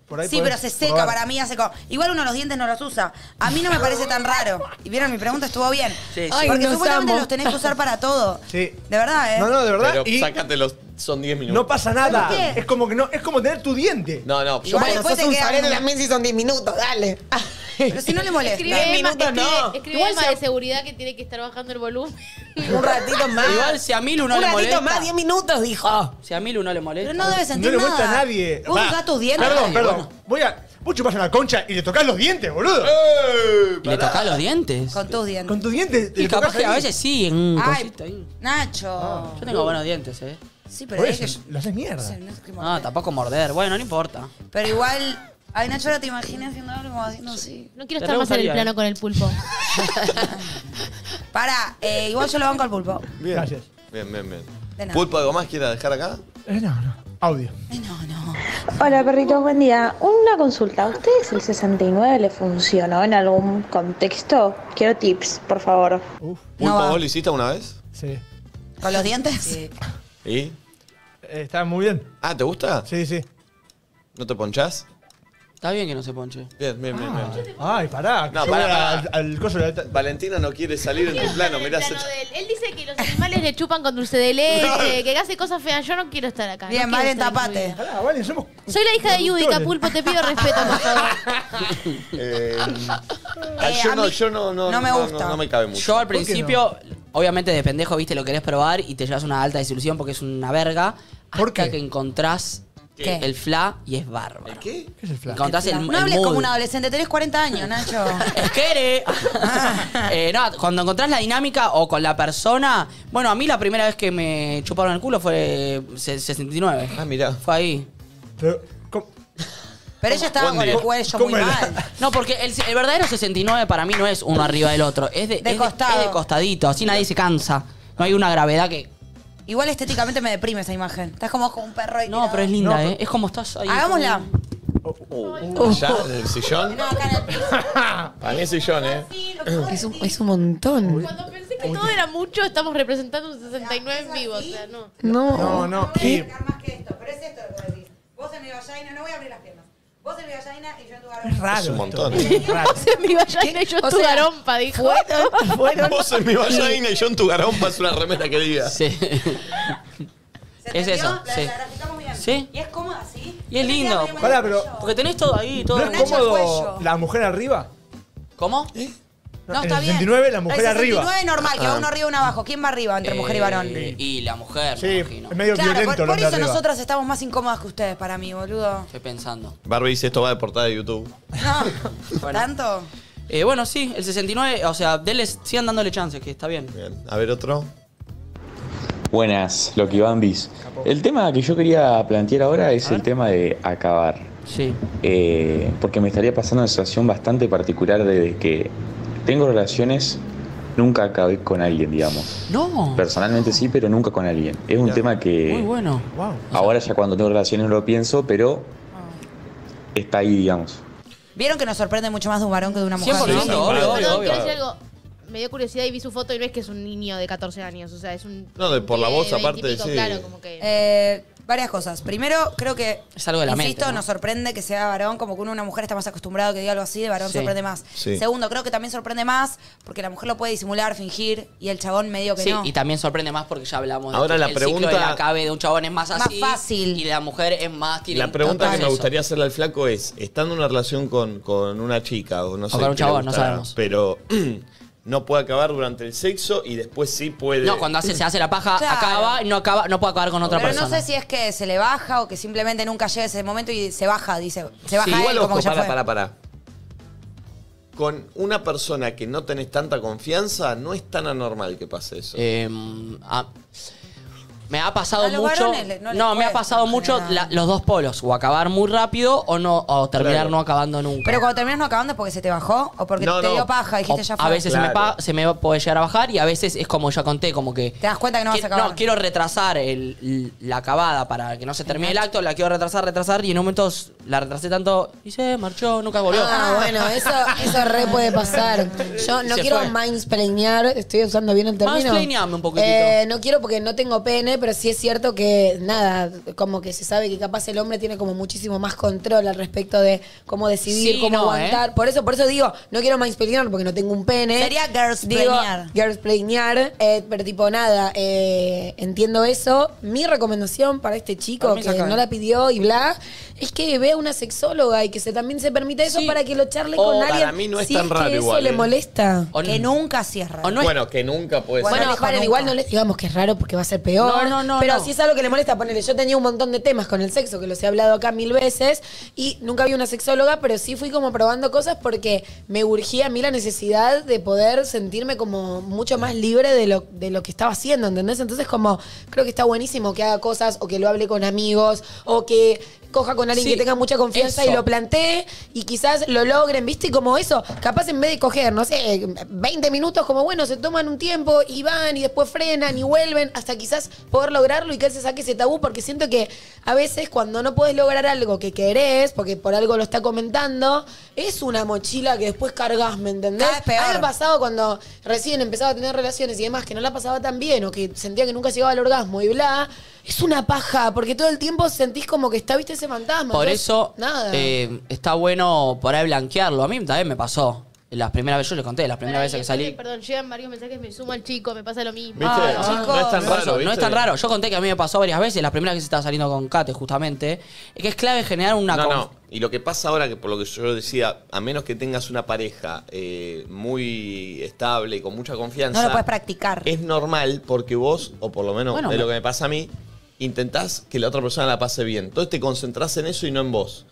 S7: Por ahí
S4: Sí,
S7: podés
S4: pero se seca,
S7: probar.
S4: para mí hace como... Igual uno los dientes no los usa. A mí no me parece tan raro. Y vieron, mi pregunta estuvo bien.
S5: Sí, sí.
S4: Porque
S3: Ay, nos
S4: supuestamente
S3: amo.
S4: los tenés que usar para todo.
S7: Sí.
S4: De verdad, ¿eh?
S7: No, no, de verdad.
S1: Pero
S7: y
S1: sácatelos, son 10 minutos.
S7: no pasa nada.
S4: ¿Por qué?
S7: Es como que no, es como tener tu diente.
S1: No, no, yo
S3: Ah,
S4: Igual
S1: me-
S4: después te queda como-
S3: si son 10 minutos, dale.
S4: Pero si no le molesta.
S2: Escribe Emma,
S3: minutos
S2: escribe,
S3: no.
S2: escribe
S3: Igual
S2: Emma
S3: se-
S2: de seguridad que tiene que estar bajando el volumen.
S3: Un ratito más.
S5: Igual si a Milu no
S3: Un
S5: le molesta.
S3: ratito más, 10 minutos, dijo.
S5: Si a Milu no le molesta.
S4: Pero no debe
S7: No
S4: sentir
S7: le
S4: nada.
S7: molesta a nadie.
S4: Vos
S7: Va.
S4: usás tus dientes.
S7: Perdón,
S5: Nadie,
S7: perdón.
S5: bueno.
S7: Voy a. Vos chupás una concha y le tocás los dientes, boludo.
S1: ¡Ey!
S5: ¿Y le tocás los dientes?
S4: Con tus dientes.
S7: Con tus dientes.
S5: Y
S7: le
S5: capaz
S7: tocás
S5: que a
S7: ahí.
S5: veces sí, en un
S4: Ay,
S5: cosito ahí.
S4: Nacho.
S5: Yo tengo buenos dientes, eh.
S4: Sí, pero
S7: Ah. Por
S4: es que
S7: eso,
S4: yo-
S7: lo haces mierda.
S4: no es que
S5: No,
S4: morder.
S5: Ah, tampoco morder. Bueno, no importa.
S4: Pero igual, ay Nacho, ahora te imaginas haciendo algo como haciendo así.
S2: No quiero
S5: Te
S2: estar más en el
S5: rebotaría,
S2: plano
S5: eh.
S2: con el pulpo.
S4: Para, eh, igual yo lo banco al pulpo.
S7: Gracias.
S1: Bien, bien, bien.
S4: De nada.
S1: ¿Pulpo algo más quiera dejar acá?
S7: Eh, no, no. Audio.
S4: Ay, Eh, No, no.
S8: Hola perritos, buen día. Una consulta, ¿a ustedes el 69 le funcionó en algún contexto? Quiero tips, por favor.
S7: Uf,
S1: ¿Pulpo
S4: va.
S1: vos lo hiciste una vez?
S7: sí.
S4: ¿Con los dientes?
S1: ¿Y?
S7: Eh, está muy bien.
S1: Ah, ¿te gusta?
S7: Sí, sí.
S1: ¿No te ponchás?
S5: Está bien que no se ponche.
S1: Bien, bien, bien. bien.
S7: Ay, pará.
S1: No,
S7: yo
S1: pará,
S7: voy
S1: pará.
S7: Al, al coso de la...
S1: Valentina no quiere salir en
S2: Quiero
S1: tu plano,
S2: estar en el
S1: mirá. se-
S2: plano de él. Él dice que los animales le chupan con dulce de leche, que hace cosas feas. Yo no quiero estar acá. no
S4: Bien,
S2: quiero
S4: Valen,
S2: estar
S4: tapate.
S2: incluida.
S7: Pará, vale, somos...
S2: Soy la hija de Yudica,
S7: Conductores.
S2: Pulpo, te pido respeto, por favor.
S1: Eh,
S4: Eh,
S1: yo,
S4: a
S1: no,
S4: mí
S1: yo no, no,
S4: no me
S1: no,
S4: gusta.
S1: no me cabe mucho.
S5: Yo al
S7: ¿Por qué
S5: principio, obviamente de pendejo, viste, lo querés probar y te llevas una alta desilusión porque es una verga.
S7: ¿Por
S5: hasta
S7: qué?
S5: que encontrás
S4: ¿Qué?
S5: el fla y es bárbaro.
S1: ¿El qué?
S7: ¿Qué es el flash?
S5: Encontrás el,
S4: No
S5: el
S4: hables como
S5: mood.
S4: un adolescente, tenés 40 años, Nacho.
S5: Es que eres. Eh, no, cuando encontrás la dinámica o con la persona. Bueno, a mí la primera vez que me chuparon el culo fue eh, se- 69.
S1: Ah, mirá.
S5: Fue ahí.
S7: Pero, ¿cómo?
S4: Pero ella estaba
S1: ¿Cómo?
S4: con el
S1: ¿Cómo?
S4: cuello
S7: ¿Cómo
S4: muy
S7: era?
S4: mal.
S5: No, porque el, el verdadero 69 para mí no es uno arriba del otro. Es de, es
S4: De costado.
S5: es de costadito. Así nadie se cansa. No hay una gravedad que.
S4: Igual estéticamente me deprime esa imagen. Estás como con un perro y
S5: No, pero es linda, ¿eh? Es como estás ahí.
S4: Hagámosla.
S7: Oh,
S1: ¿Ya? ¿En el sillón?
S4: No, acá en el piso.
S1: Para mí es sillón, ¿eh?
S9: Es un, es un montón.
S2: Cuando pensé que todo era mucho, estamos representando un 69 en vivo, o sea, no.
S9: No.
S7: No, no.
S9: ¿Qué?
S4: más que esto, pero es esto lo que decís. Vos en mi vallaina, no voy a abrir las piernas. Vos en mi vallaina y yo en tu
S7: Es
S4: garganta.
S7: raro.
S1: Es un
S7: esto.
S1: montón.
S7: Es raro.
S2: En mi vallana y yo en
S9: O
S2: tu
S9: sea,
S2: garompa, dijo.
S9: Fueron, fueron.
S1: Vos en mi vallaina y yo en tu garón paso una remera que diga.
S5: Sí.
S4: ¿Se
S5: Es
S4: entendió?
S5: eso,
S4: La-
S5: sí.
S4: la graficamos bien.
S5: Sí.
S4: Y es cómoda así.
S5: Y es lindo.
S7: Pará, pero-
S5: Porque tenés todo ahí, todo.
S7: ¿No
S4: Nacho
S7: es
S4: Cuello.
S7: cómodo la mujer arriba?
S5: ¿Cómo?
S7: No,
S4: No,
S7: en
S4: está
S7: el
S4: bien.
S7: 69 la mujer
S4: El
S7: arriba.
S4: 69 normal, que va uno arriba y uno abajo. ¿Quién va arriba entre mujer y varón?
S5: Eh, Y la mujer,
S7: Sí,
S5: me imagino.
S7: es medio
S4: Claro,
S7: violento
S4: por,
S7: lo
S4: por
S7: de
S4: eso
S7: arriba.
S4: nosotras estamos más incómodas que ustedes para mí, boludo.
S5: Estoy pensando.
S1: Barbie dice esto va de portada de YouTube.
S4: No, tanto.
S5: Eh, bueno, sí, el 69, o sea, denle, sigan dándole chances, que está bien.
S1: Bien. A ver otro.
S3: Buenas, Loki Bambis. El tema que yo quería plantear ahora es el tema de acabar.
S5: Sí.
S3: Eh, porque me estaría pasando una situación bastante particular de que tengo relaciones, nunca acabé con alguien, digamos.
S5: No,
S3: Personalmente sí, pero nunca con alguien. Es un tema que
S5: muy bueno.
S7: Wow.
S3: ahora ya cuando tengo relaciones no lo pienso, pero está ahí, digamos.
S4: Vieron que nos sorprende mucho más de un varón que de una mujer.
S5: 100%,
S4: ¿no?
S1: Sí, sí,
S5: obvio, obvio,
S2: Perdón,
S5: obvio.
S2: quiero decir algo. Me dio curiosidad y vi su foto y no es que es un niño de 14 años, o sea, es un...
S1: No, de- por la
S2: un
S1: voz,
S2: pibe de
S1: aparte,
S2: 20 y pico,
S1: sí.
S2: Claro, como que...
S4: Eh, varias cosas. Primero, creo que.
S5: Es algo de la
S4: insisto,
S5: mente, ¿no?
S4: nos sorprende que sea varón, como que uno, una mujer está más acostumbrado que diga algo así, de varón
S5: Sí.
S4: sorprende más.
S1: Sí.
S4: Segundo, creo que también sorprende más porque la mujer lo puede disimular, fingir y el chabón medio que
S5: Sí,
S4: no.
S5: y también sorprende más porque ya hablamos
S1: Ahora
S5: de que
S1: la
S5: el
S1: pregunta-
S5: ciclo del acabe de un chabón es más
S4: Más
S5: así.
S4: fácil.
S5: Y de la mujer es más... tiene
S1: La pregunta
S5: total
S1: que me
S5: eso.
S1: gustaría hacerle al flaco es, estando en una relación con, con una chica o no sé
S5: con
S1: qué
S5: un
S1: le
S5: chabón, no
S1: gustará,
S5: sabemos.
S1: Pero no puede acabar durante el sexo y después sí puede...
S5: No, cuando hace- se hace la paja,
S4: Claro.
S5: acaba y no acaba, no puede acabar con otra
S4: Pero
S5: persona.
S4: no sé si es que se le baja o que simplemente nunca llega ese momento y se baja, dice. Se baja
S1: Igual,
S4: él como
S1: ojo,
S4: que ya
S1: para,
S4: fue.
S1: para, para. Con una persona que no tenés tanta confianza, no es tan anormal que pase eso.
S5: Eh, ah, me ha pasado
S4: A los
S5: mucho.
S4: varones le- no
S5: No,
S4: les
S5: me ha
S4: cuesta,
S5: pasado
S4: en
S5: mucho
S4: general.
S5: la- los dos polos. O acabar muy rápido o no o terminar
S1: Claro.
S5: no acabando nunca.
S4: Pero cuando terminas no acabando es porque se te bajó o porque
S1: No,
S4: te
S1: no.
S4: dio paja, dijiste
S5: O
S4: ya fue.
S5: a veces se, me
S1: Claro.
S5: pa- se me puede llegar a bajar y a veces es como ya conté, como que...
S4: Te das cuenta que no vas a acabar.
S5: No, quiero retrasar el- la acabada para que no se termine el acto, la quiero retrasar, retrasar y en un momento s- la retrasé tanto y se marchó, nunca volvió.
S9: Ah, bueno, eso, eso re puede pasar. Yo no
S5: Se
S9: quiero
S5: fue.
S9: mansplainear, estoy usando bien el término.
S5: Mansplaineame un poquitito.
S9: Eh, no quiero porque no tengo pene, pero sí es cierto que, nada, como que se sabe que capaz el hombre tiene como muchísimo más control al respecto de cómo decidir,
S5: Sí,
S9: cómo
S5: no, ¿eh?
S9: aguantar. Por eso, por eso digo, no quiero mansplainear porque no tengo un pene.
S4: Sería
S9: Digo,
S4: girlsplainear.
S9: girlsplainear, eh, pero tipo nada, eh, entiendo eso. Mi recomendación para este
S4: Para
S9: chico
S4: mí
S9: que
S4: se acaba.
S9: no la pidió y bla, es que vea una sexóloga y que se también se permita eso
S5: Sí.
S9: para que lo charle
S5: O
S9: con
S5: para
S9: alguien.
S1: Oh, mí no es
S9: si
S1: tan
S9: que
S1: raro
S9: eso
S1: igual,
S9: le
S1: eh.
S9: molesta.
S5: O
S4: Que
S5: no-
S4: nunca cierra.
S5: o no es-
S1: bueno, que nunca puede ser.
S4: Bueno,
S9: Bueno,
S4: dijo
S9: paren,
S4: nunca.
S9: igual no les digamos que es raro porque va a ser peor.
S5: No, no, no,
S9: Pero
S5: no.
S9: si es algo que le molesta, ponele. Yo tenía un montón de temas con el sexo, que los he hablado acá mil veces, y nunca vi una sexóloga, pero sí fui como probando cosas porque me urgía a mí la necesidad de poder sentirme como mucho más libre de lo, de lo que estaba haciendo, ¿entendés? Entonces, como creo que está buenísimo que haga cosas o que lo hable con amigos o que
S3: coja con alguien
S5: Sí,
S3: que tenga mucha confianza
S5: eso.
S3: y lo plantee y quizás lo logren, ¿viste? Y Como eso, capaz en vez de coger, no sé, 20 minutos, como bueno, se toman un tiempo y van y después frenan y vuelven hasta quizás poder lograrlo y que él se saque ese tabú, porque siento que a veces cuando no puedes lograr algo que querés, porque por algo lo está comentando, es una mochila que después cargas, ¿me entendés?
S4: Cada
S5: Ah,
S4: vez peor.
S3: Algo pasado cuando recién empezaba a tener relaciones y demás, que no la pasaba tan bien o que sentía que nunca llegaba al orgasmo y bla, es una paja, porque todo el tiempo sentís como que está, viste, ese fantasma.
S5: Por
S3: Entonces,
S5: eso
S3: Nada.
S5: eh, está bueno por ahí blanquearlo. A mí también me pasó. Las primeras veces, yo les conté, las primeras
S2: Pará,
S5: veces
S2: y
S5: que salí.
S2: entonces, Perdón, llegan varios mensajes, me sumo al chico, me pasa lo mismo.
S1: ¿Viste?
S2: Ay,
S1: Ah,
S2: chicos.
S1: no es tan
S5: Por eso,
S1: raro, ¿viste?
S5: no es tan raro. Yo conté que a mí me pasó varias veces, las primeras que se estaba saliendo con Kate, justamente, es que es clave generar una
S1: No,
S5: conf-
S1: no. Y lo que pasa ahora, que por lo que yo decía, a menos que tengas una pareja eh, muy estable y con mucha confianza,
S4: No lo puedes practicar.
S1: es normal porque vos, o por lo menos
S5: Bueno,
S1: de
S5: me-
S1: lo que me pasa a mí, intentás que la otra persona la pase bien. Entonces te concentrás en eso y no en vos.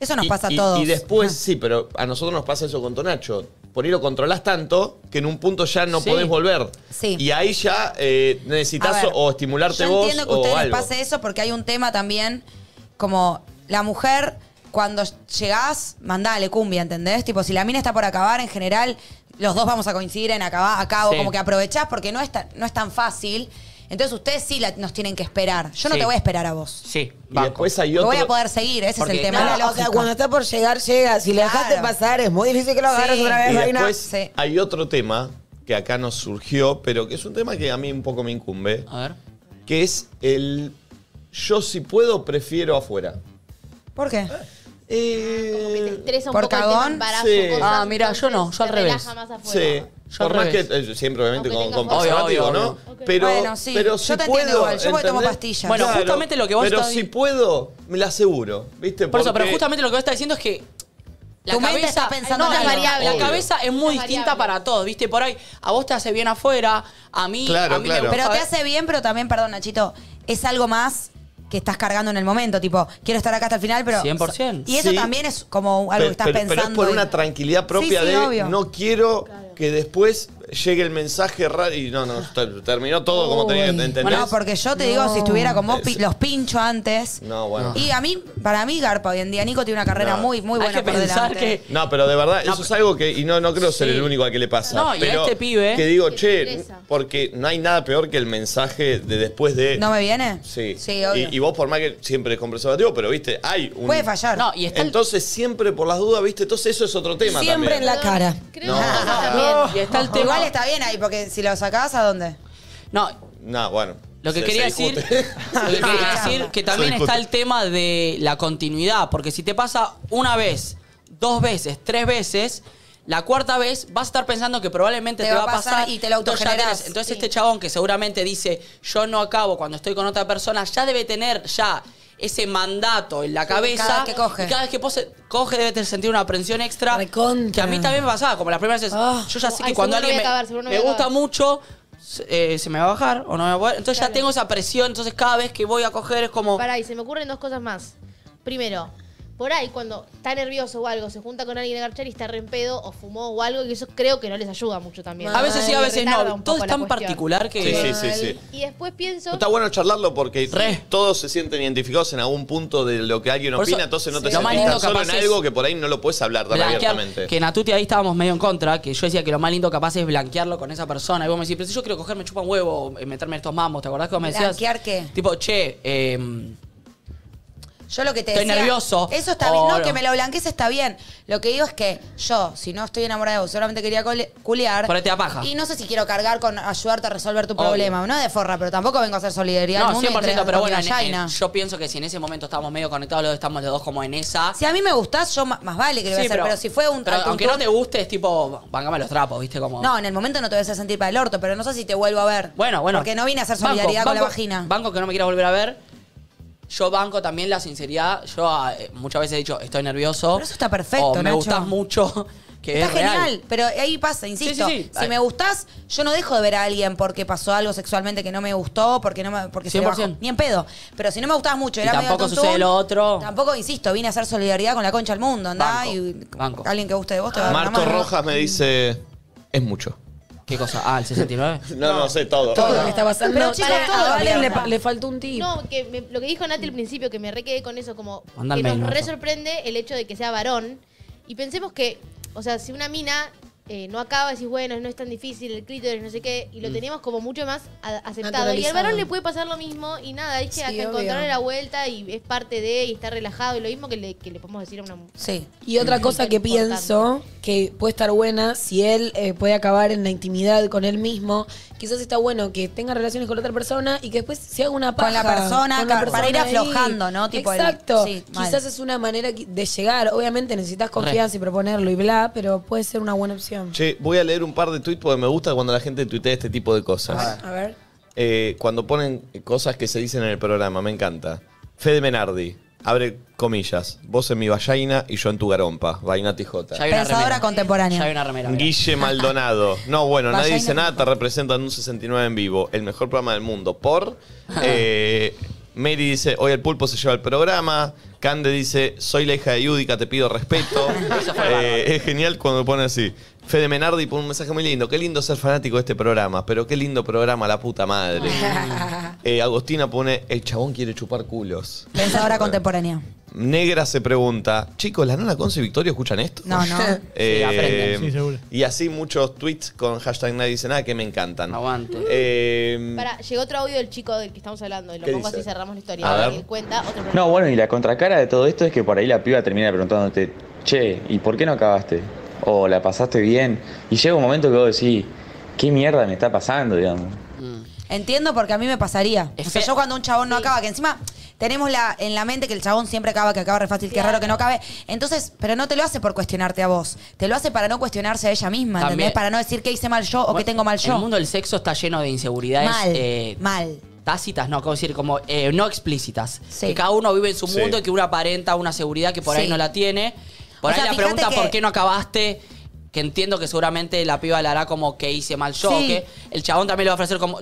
S4: Eso nos
S1: Y-
S4: pasa a
S1: y-
S4: todos.
S1: Y después, sí, pero a nosotros nos pasa eso con Tonacho. Por ahí lo controlás tanto que en un punto ya no
S5: Sí.
S1: podés volver.
S4: Sí.
S1: Y ahí ya eh, necesitas
S4: A ver,
S1: o estimularte
S4: Yo
S1: vos
S4: entiendo que a
S1: o
S4: ustedes les
S1: algo.
S4: pase eso porque hay un tema también, como la mujer, cuando llegás, mandale cumbia, ¿entendés? Tipo, si la mina está por acabar, en general, los dos vamos a coincidir en acabar, acabo,
S5: Sí.
S4: como que aprovechás porque no es tan, no es tan fácil. Entonces ustedes sí la- nos tienen que esperar. Yo no
S5: Sí.
S4: te voy a esperar a vos.
S1: Y
S5: Sí, banco.
S1: después hay
S4: Te
S1: otro.
S4: voy a poder seguir, ese
S5: Porque,
S4: es el tema.
S5: claro,
S4: la
S3: Claro, o sea,
S4: lógica.
S3: cuando está por llegar, llega. Si le dejaste
S4: Claro.
S3: pasar, es muy difícil que lo agarres
S4: Sí.
S3: otra
S4: Es
S1: Y
S3: vez, Reina.
S1: después
S4: Sí.
S1: hay otro tema que acá nos surgió, pero que es un tema que a mí un poco me incumbe,
S5: A ver.
S1: que es el yo si puedo prefiero afuera.
S4: ¿Por qué?
S2: Eh, Como que te estresa un
S4: ¿Por
S2: poco el
S4: cagón?
S2: tema embarazo,
S1: Sí.
S2: cosas,
S5: Ah, mira, yo no,
S2: entonces
S5: yo al
S2: te
S5: revés.
S2: relaja más
S1: Sí.
S2: afuera.
S5: Yo
S1: Por
S5: al
S1: más que
S5: revés.
S1: eh, siempre obviamente
S2: Aunque
S1: con,
S2: tengas
S1: con
S2: fotos.
S1: preservativo,
S5: Obvio,
S1: ¿no?
S5: obvio,
S2: obvio.
S1: Pero,
S4: Bueno, sí.
S1: pero
S4: Yo
S1: si
S4: te entiendo
S1: puedo,
S4: igual, yo porque tomo
S1: ¿entendés?
S4: pastillas.
S5: Bueno, justamente lo que vos
S1: Pero
S5: estás-
S1: si puedo, me la aseguro, ¿viste?
S5: Por eso, pero
S1: Porque-
S5: justamente lo que vos estás diciendo es que.
S4: Tu mente está pensando
S5: no,
S4: en
S5: la-
S4: algo.
S5: La
S1: Obvio.
S5: cabeza es muy
S2: Muchas
S5: distinta
S2: variables.
S5: para todos, ¿viste? Por ahí, a vos te hace bien afuera, a mí.
S1: Claro,
S5: a mí me
S1: claro.
S5: gusta
S4: Pero te
S5: ver-
S4: hace bien, pero también, perdón, Nachito, es algo más que estás cargando en el momento. Tipo, quiero estar acá hasta el final, pero.
S5: 100%.
S4: Y eso
S1: Sí.
S4: también es como algo
S1: Pero-
S4: que estás
S1: pero,
S4: pensando.
S1: Pero es por
S4: y-
S1: una tranquilidad propia
S4: Sí, sí,
S1: de
S4: obvio.
S1: no quiero que después llegue el mensaje raro y no, no, ter- terminó todo como tenía que entender.
S4: Bueno, porque yo te digo, si estuviera con vos, pi- los pincho antes.
S1: No, bueno.
S4: Y a mí, para mí, Garpa, hoy en día, Nico tiene una carrera
S1: No.
S4: muy, muy
S5: Hay
S4: buena
S5: que
S4: por
S5: pensar
S4: delante.
S5: que.
S1: No, pero de verdad, eso es algo que, y no, no creo ser
S5: Sí.
S1: el único a que le pasa.
S5: No, y a
S1: pero
S5: este pibe-
S1: Que digo,
S2: Que te
S1: che,
S2: interesa.
S1: porque no hay nada peor que el mensaje de después de.
S4: ¿No me viene?
S1: Sí.
S4: Sí, obvio.
S1: Y, y vos, por más que siempre es con preservativo, pero viste, hay un.
S4: Puede fallar.
S5: No, y está el-
S1: Entonces, siempre por las dudas, viste, entonces eso es otro tema
S3: Siempre
S1: también.
S3: en la cara.
S2: Creo
S1: No.
S2: que pasa también.
S5: y está el tema.
S4: Igual está bien ahí, porque si lo sacás, ¿a dónde?
S5: No,
S1: No, bueno.
S5: Lo que
S1: se-
S5: quería
S1: se
S5: decir,
S1: discute.
S5: lo que quería decir que también
S1: Se discute.
S5: está el tema de la continuidad, porque si te pasa una vez, dos veces, tres veces, la cuarta vez vas a estar pensando que probablemente te, va a pasar,
S4: y te lo
S5: entonces ya
S4: autogenerás.
S5: tenés- Entonces
S4: Sí.
S5: este chabón que seguramente dice yo no acabo cuando estoy con otra persona, ya debe tener ya ese mandato en la cabeza.
S4: cada vez que coge.
S5: Y cada vez que pose- coge debe te- sentir una aprensión extra.
S3: Recontra.
S5: Que a mí también me pasaba, como las primeras veces.
S3: Ah.
S5: yo ya sé
S2: Ay,
S5: que cuando
S2: seguro
S5: alguien me,
S2: voy a acabar, seguro no
S5: me
S2: voy a
S5: gusta
S2: acabar.
S5: mucho, se- eh, se me va a bajar o no me va a poder. Entonces ya tengo esa presión, entonces cada vez que voy a coger es como.
S2: Pará, y se me ocurren dos cosas más. Primero, por ahí cuando está nervioso o algo, se junta con alguien a garchar y está re en pedo o fumó o algo, y eso creo que no les ayuda mucho también.
S5: a veces sí, a
S2: Ay,
S5: veces
S2: retarda
S5: no.
S2: un
S5: Todo
S2: poco
S5: es
S2: la
S5: tan
S2: cuestión.
S5: particular que.
S1: Sí, sí, sí, sí.
S2: Y después pienso.
S1: Está bueno charlarlo porque
S5: Re.
S1: todos se sienten identificados en algún punto de lo que alguien
S5: Por eso,
S1: opina, entonces no te
S5: sí. Lo más
S1: sentís tan
S5: lindo
S1: solo en
S5: capaz es-
S1: algo que por ahí no lo puedes hablar tan
S5: blanquear,
S1: abiertamente.
S5: que Natuti ahí estábamos medio en contra, que yo decía que lo más lindo capaz es blanquearlo con esa persona. Y vos me decís, pero si yo quiero cogerme chupa un huevo, eh, meterme en estos mamos, ¿te acordás que vos me decías?
S4: ¿Blanquear qué?
S5: Tipo, che, eh,
S4: Yo lo que te
S5: Estoy
S4: decía,
S5: nervioso.
S4: Eso está
S5: O
S4: bien. No,
S5: no.
S4: que me lo blanquees está bien. Lo que digo es que yo, si no estoy enamorada de vos, solamente quería cole- culiar.
S5: Por ahí te da paja.
S4: Y no sé si quiero cargar con ayudarte a resolver tu
S5: Obvio.
S4: problema. No de forra, pero tampoco vengo a hacer solidaridad. al
S5: no,
S4: mundo y
S5: 100%,
S4: entregar
S5: pero
S4: comida
S5: bueno,
S4: a
S5: en-
S4: Yaina.
S5: en- yo pienso que si en ese momento estábamos medio conectados, los dos estamos los dos como en esa.
S4: Si a mí me gustás, yo ma- más vale que lo voy a
S5: Sí,
S4: hacer. Pero, si fue un.
S5: pero
S4: al
S5: aunque no
S4: tuntún-
S5: te guste, es tipo, bancame los trapos, ¿viste? Como.
S4: No, en el momento no te voy a hacer sentir para el orto, pero no sé si te vuelvo a ver.
S5: Bueno, bueno.
S4: Porque no vine a hacer
S5: Banco,
S4: solidaridad con la
S5: banco-
S4: vagina.
S5: Banco que no me quieras volver a ver. Yo banco también la sinceridad. Yo ah, eh, muchas veces he dicho, estoy nervioso.
S4: Pero eso está perfecto,
S5: O me
S4: Nacho.
S5: gustas mucho. Que
S4: Está
S5: es real.
S4: genial, pero ahí pasa, insisto.
S5: Sí, sí, sí.
S4: Si me gustás, yo no dejo de ver a alguien porque pasó algo sexualmente que no me gustó, porque no me, porque se le
S5: 100%.
S4: bajó. Ni en pedo. Pero si no me gustabas mucho,
S5: Y
S4: era medio
S5: tampoco
S4: tontún,
S5: sucede lo otro.
S4: Tampoco, insisto, vine a hacer solidaridad con la concha del mundo, andá
S5: Banco,
S4: y
S5: banco.
S4: alguien que guste de vos te va a dar una
S1: Marto
S4: mano.
S1: Rojas me dice, es mucho.
S5: ¿Qué cosa? Ah, el 69.
S1: No, no sé todo.
S3: Todo lo que está pasando.
S2: Pero, chicos,
S3: Pará,
S2: todo
S3: a
S2: lo
S3: Valen
S2: que
S3: le,
S2: pasa.
S3: pa- le faltó un tip.
S2: No, que me- lo que dijo Nati al principio, que me re quedé con eso, como
S5: Mandá el
S2: que nos
S5: mail,
S2: re
S5: Marta.
S2: sorprende el hecho de que sea varón. Y pensemos que, o sea, si una mina eh, no acaba, decís, bueno, no es tan difícil, el clítoris, no sé qué,
S5: Mm.
S2: y lo teníamos como mucho más a- aceptado. Y al
S3: Naturalizado.
S2: varón le puede pasar lo mismo, y nada, es que
S3: Sí,
S2: hasta
S3: obvio.
S2: encontrarle la vuelta y es parte de, y está relajado, y lo mismo que le, que le podemos decir a una
S9: Mm.
S2: mujer.
S4: Sí.
S3: Y otra cosa que
S2: Importante.
S3: pienso, que puede estar buena, si él eh, puede acabar en la intimidad con él mismo, quizás está bueno que tenga relaciones con otra persona y que después se haga una paja.
S4: Con la persona,
S3: con la
S4: claro, para ir
S3: persona ahí.
S4: aflojando, ¿no? Tipo el-
S3: Exacto.
S4: sí, mal.
S3: quizás es una manera qui- de llegar. Obviamente necesitas confianza y proponerlo y bla, pero puede ser una buena opción.
S1: Che, voy a leer un par de tweets porque me gusta cuando la gente tuitea este tipo de cosas.
S3: A ver.
S1: Eh, cuando ponen cosas que se dicen en el programa, me encanta. Fede Menardi, abre comillas. Vos en mi vallaina y yo en tu garompa. Vaina Tijota.
S5: Ya hay una
S4: Pensadora
S5: remera. Ya hay
S4: contemporánea.
S5: una remera. mira.
S1: Guille Maldonado. No, bueno, nadie
S4: Vallaina
S1: dice nada, te representan un 69 en vivo. El mejor programa del mundo. Por. eh, Mary dice, hoy el pulpo se lleva el programa. Cande dice, soy la hija de Yudica, te pido respeto. Eh, es genial cuando me pone así. Fede Menardi pone un mensaje muy lindo. Qué lindo ser fanático de este programa, pero qué lindo programa, la puta madre. Eh, Agostina pone, el chabón quiere chupar culos.
S4: Pensadora contemporánea.
S1: Negra se pregunta, chicos, ¿la nana Conce y Victorio escuchan esto?
S4: No, no.
S1: Eh,
S5: aprenden.
S7: Sí, seguro.
S1: Y así muchos tweets con hashtag nadie dice nada que me encantan.
S5: Aguante.
S1: Eh,
S2: Pará, llegó otro audio del chico del que estamos hablando, y lo
S1: ¿Qué
S2: pongo
S1: dice?
S2: así y cerramos la historia.
S1: A
S2: A
S1: ver.
S2: ver. Cuenta, otro
S9: No, bueno, y la contracara de todo esto es que por ahí la piba termina preguntándote, che, ¿y por qué no acabaste? O la pasaste bien. Y llega un momento que vos decís, ¿qué mierda me está pasando, digamos?
S4: Entiendo porque a mí me pasaría.
S5: Es
S4: o sea,
S5: fe-
S4: yo cuando un chabón no acaba, que encima tenemos la, en la mente que el chabón siempre acaba, que acaba re fácil, que es raro que no acabe. Entonces, pero no te lo hace por cuestionarte a vos. Te lo hace para no cuestionarse a ella misma,
S5: También-
S4: ¿entendés? Para no decir qué hice mal yo o qué
S5: Bueno,
S4: tengo mal yo.
S5: El mundo del sexo está lleno de inseguridades.
S4: mal,
S5: eh,
S4: mal.
S5: Tácitas, no, como decir, como eh, no explícitas.
S4: Sí.
S5: Que cada uno vive en su
S1: Sí.
S5: mundo y que uno aparenta una seguridad que por ahí
S4: Sí.
S5: no la tiene. Por
S4: O
S5: ahí
S4: sea,
S5: la
S4: fíjate
S5: pregunta
S4: que-
S5: por qué no acabaste, que entiendo que seguramente la piba la hará como que hice mal yo.
S4: Sí.
S5: o que el chabón también le va a ofrecer como.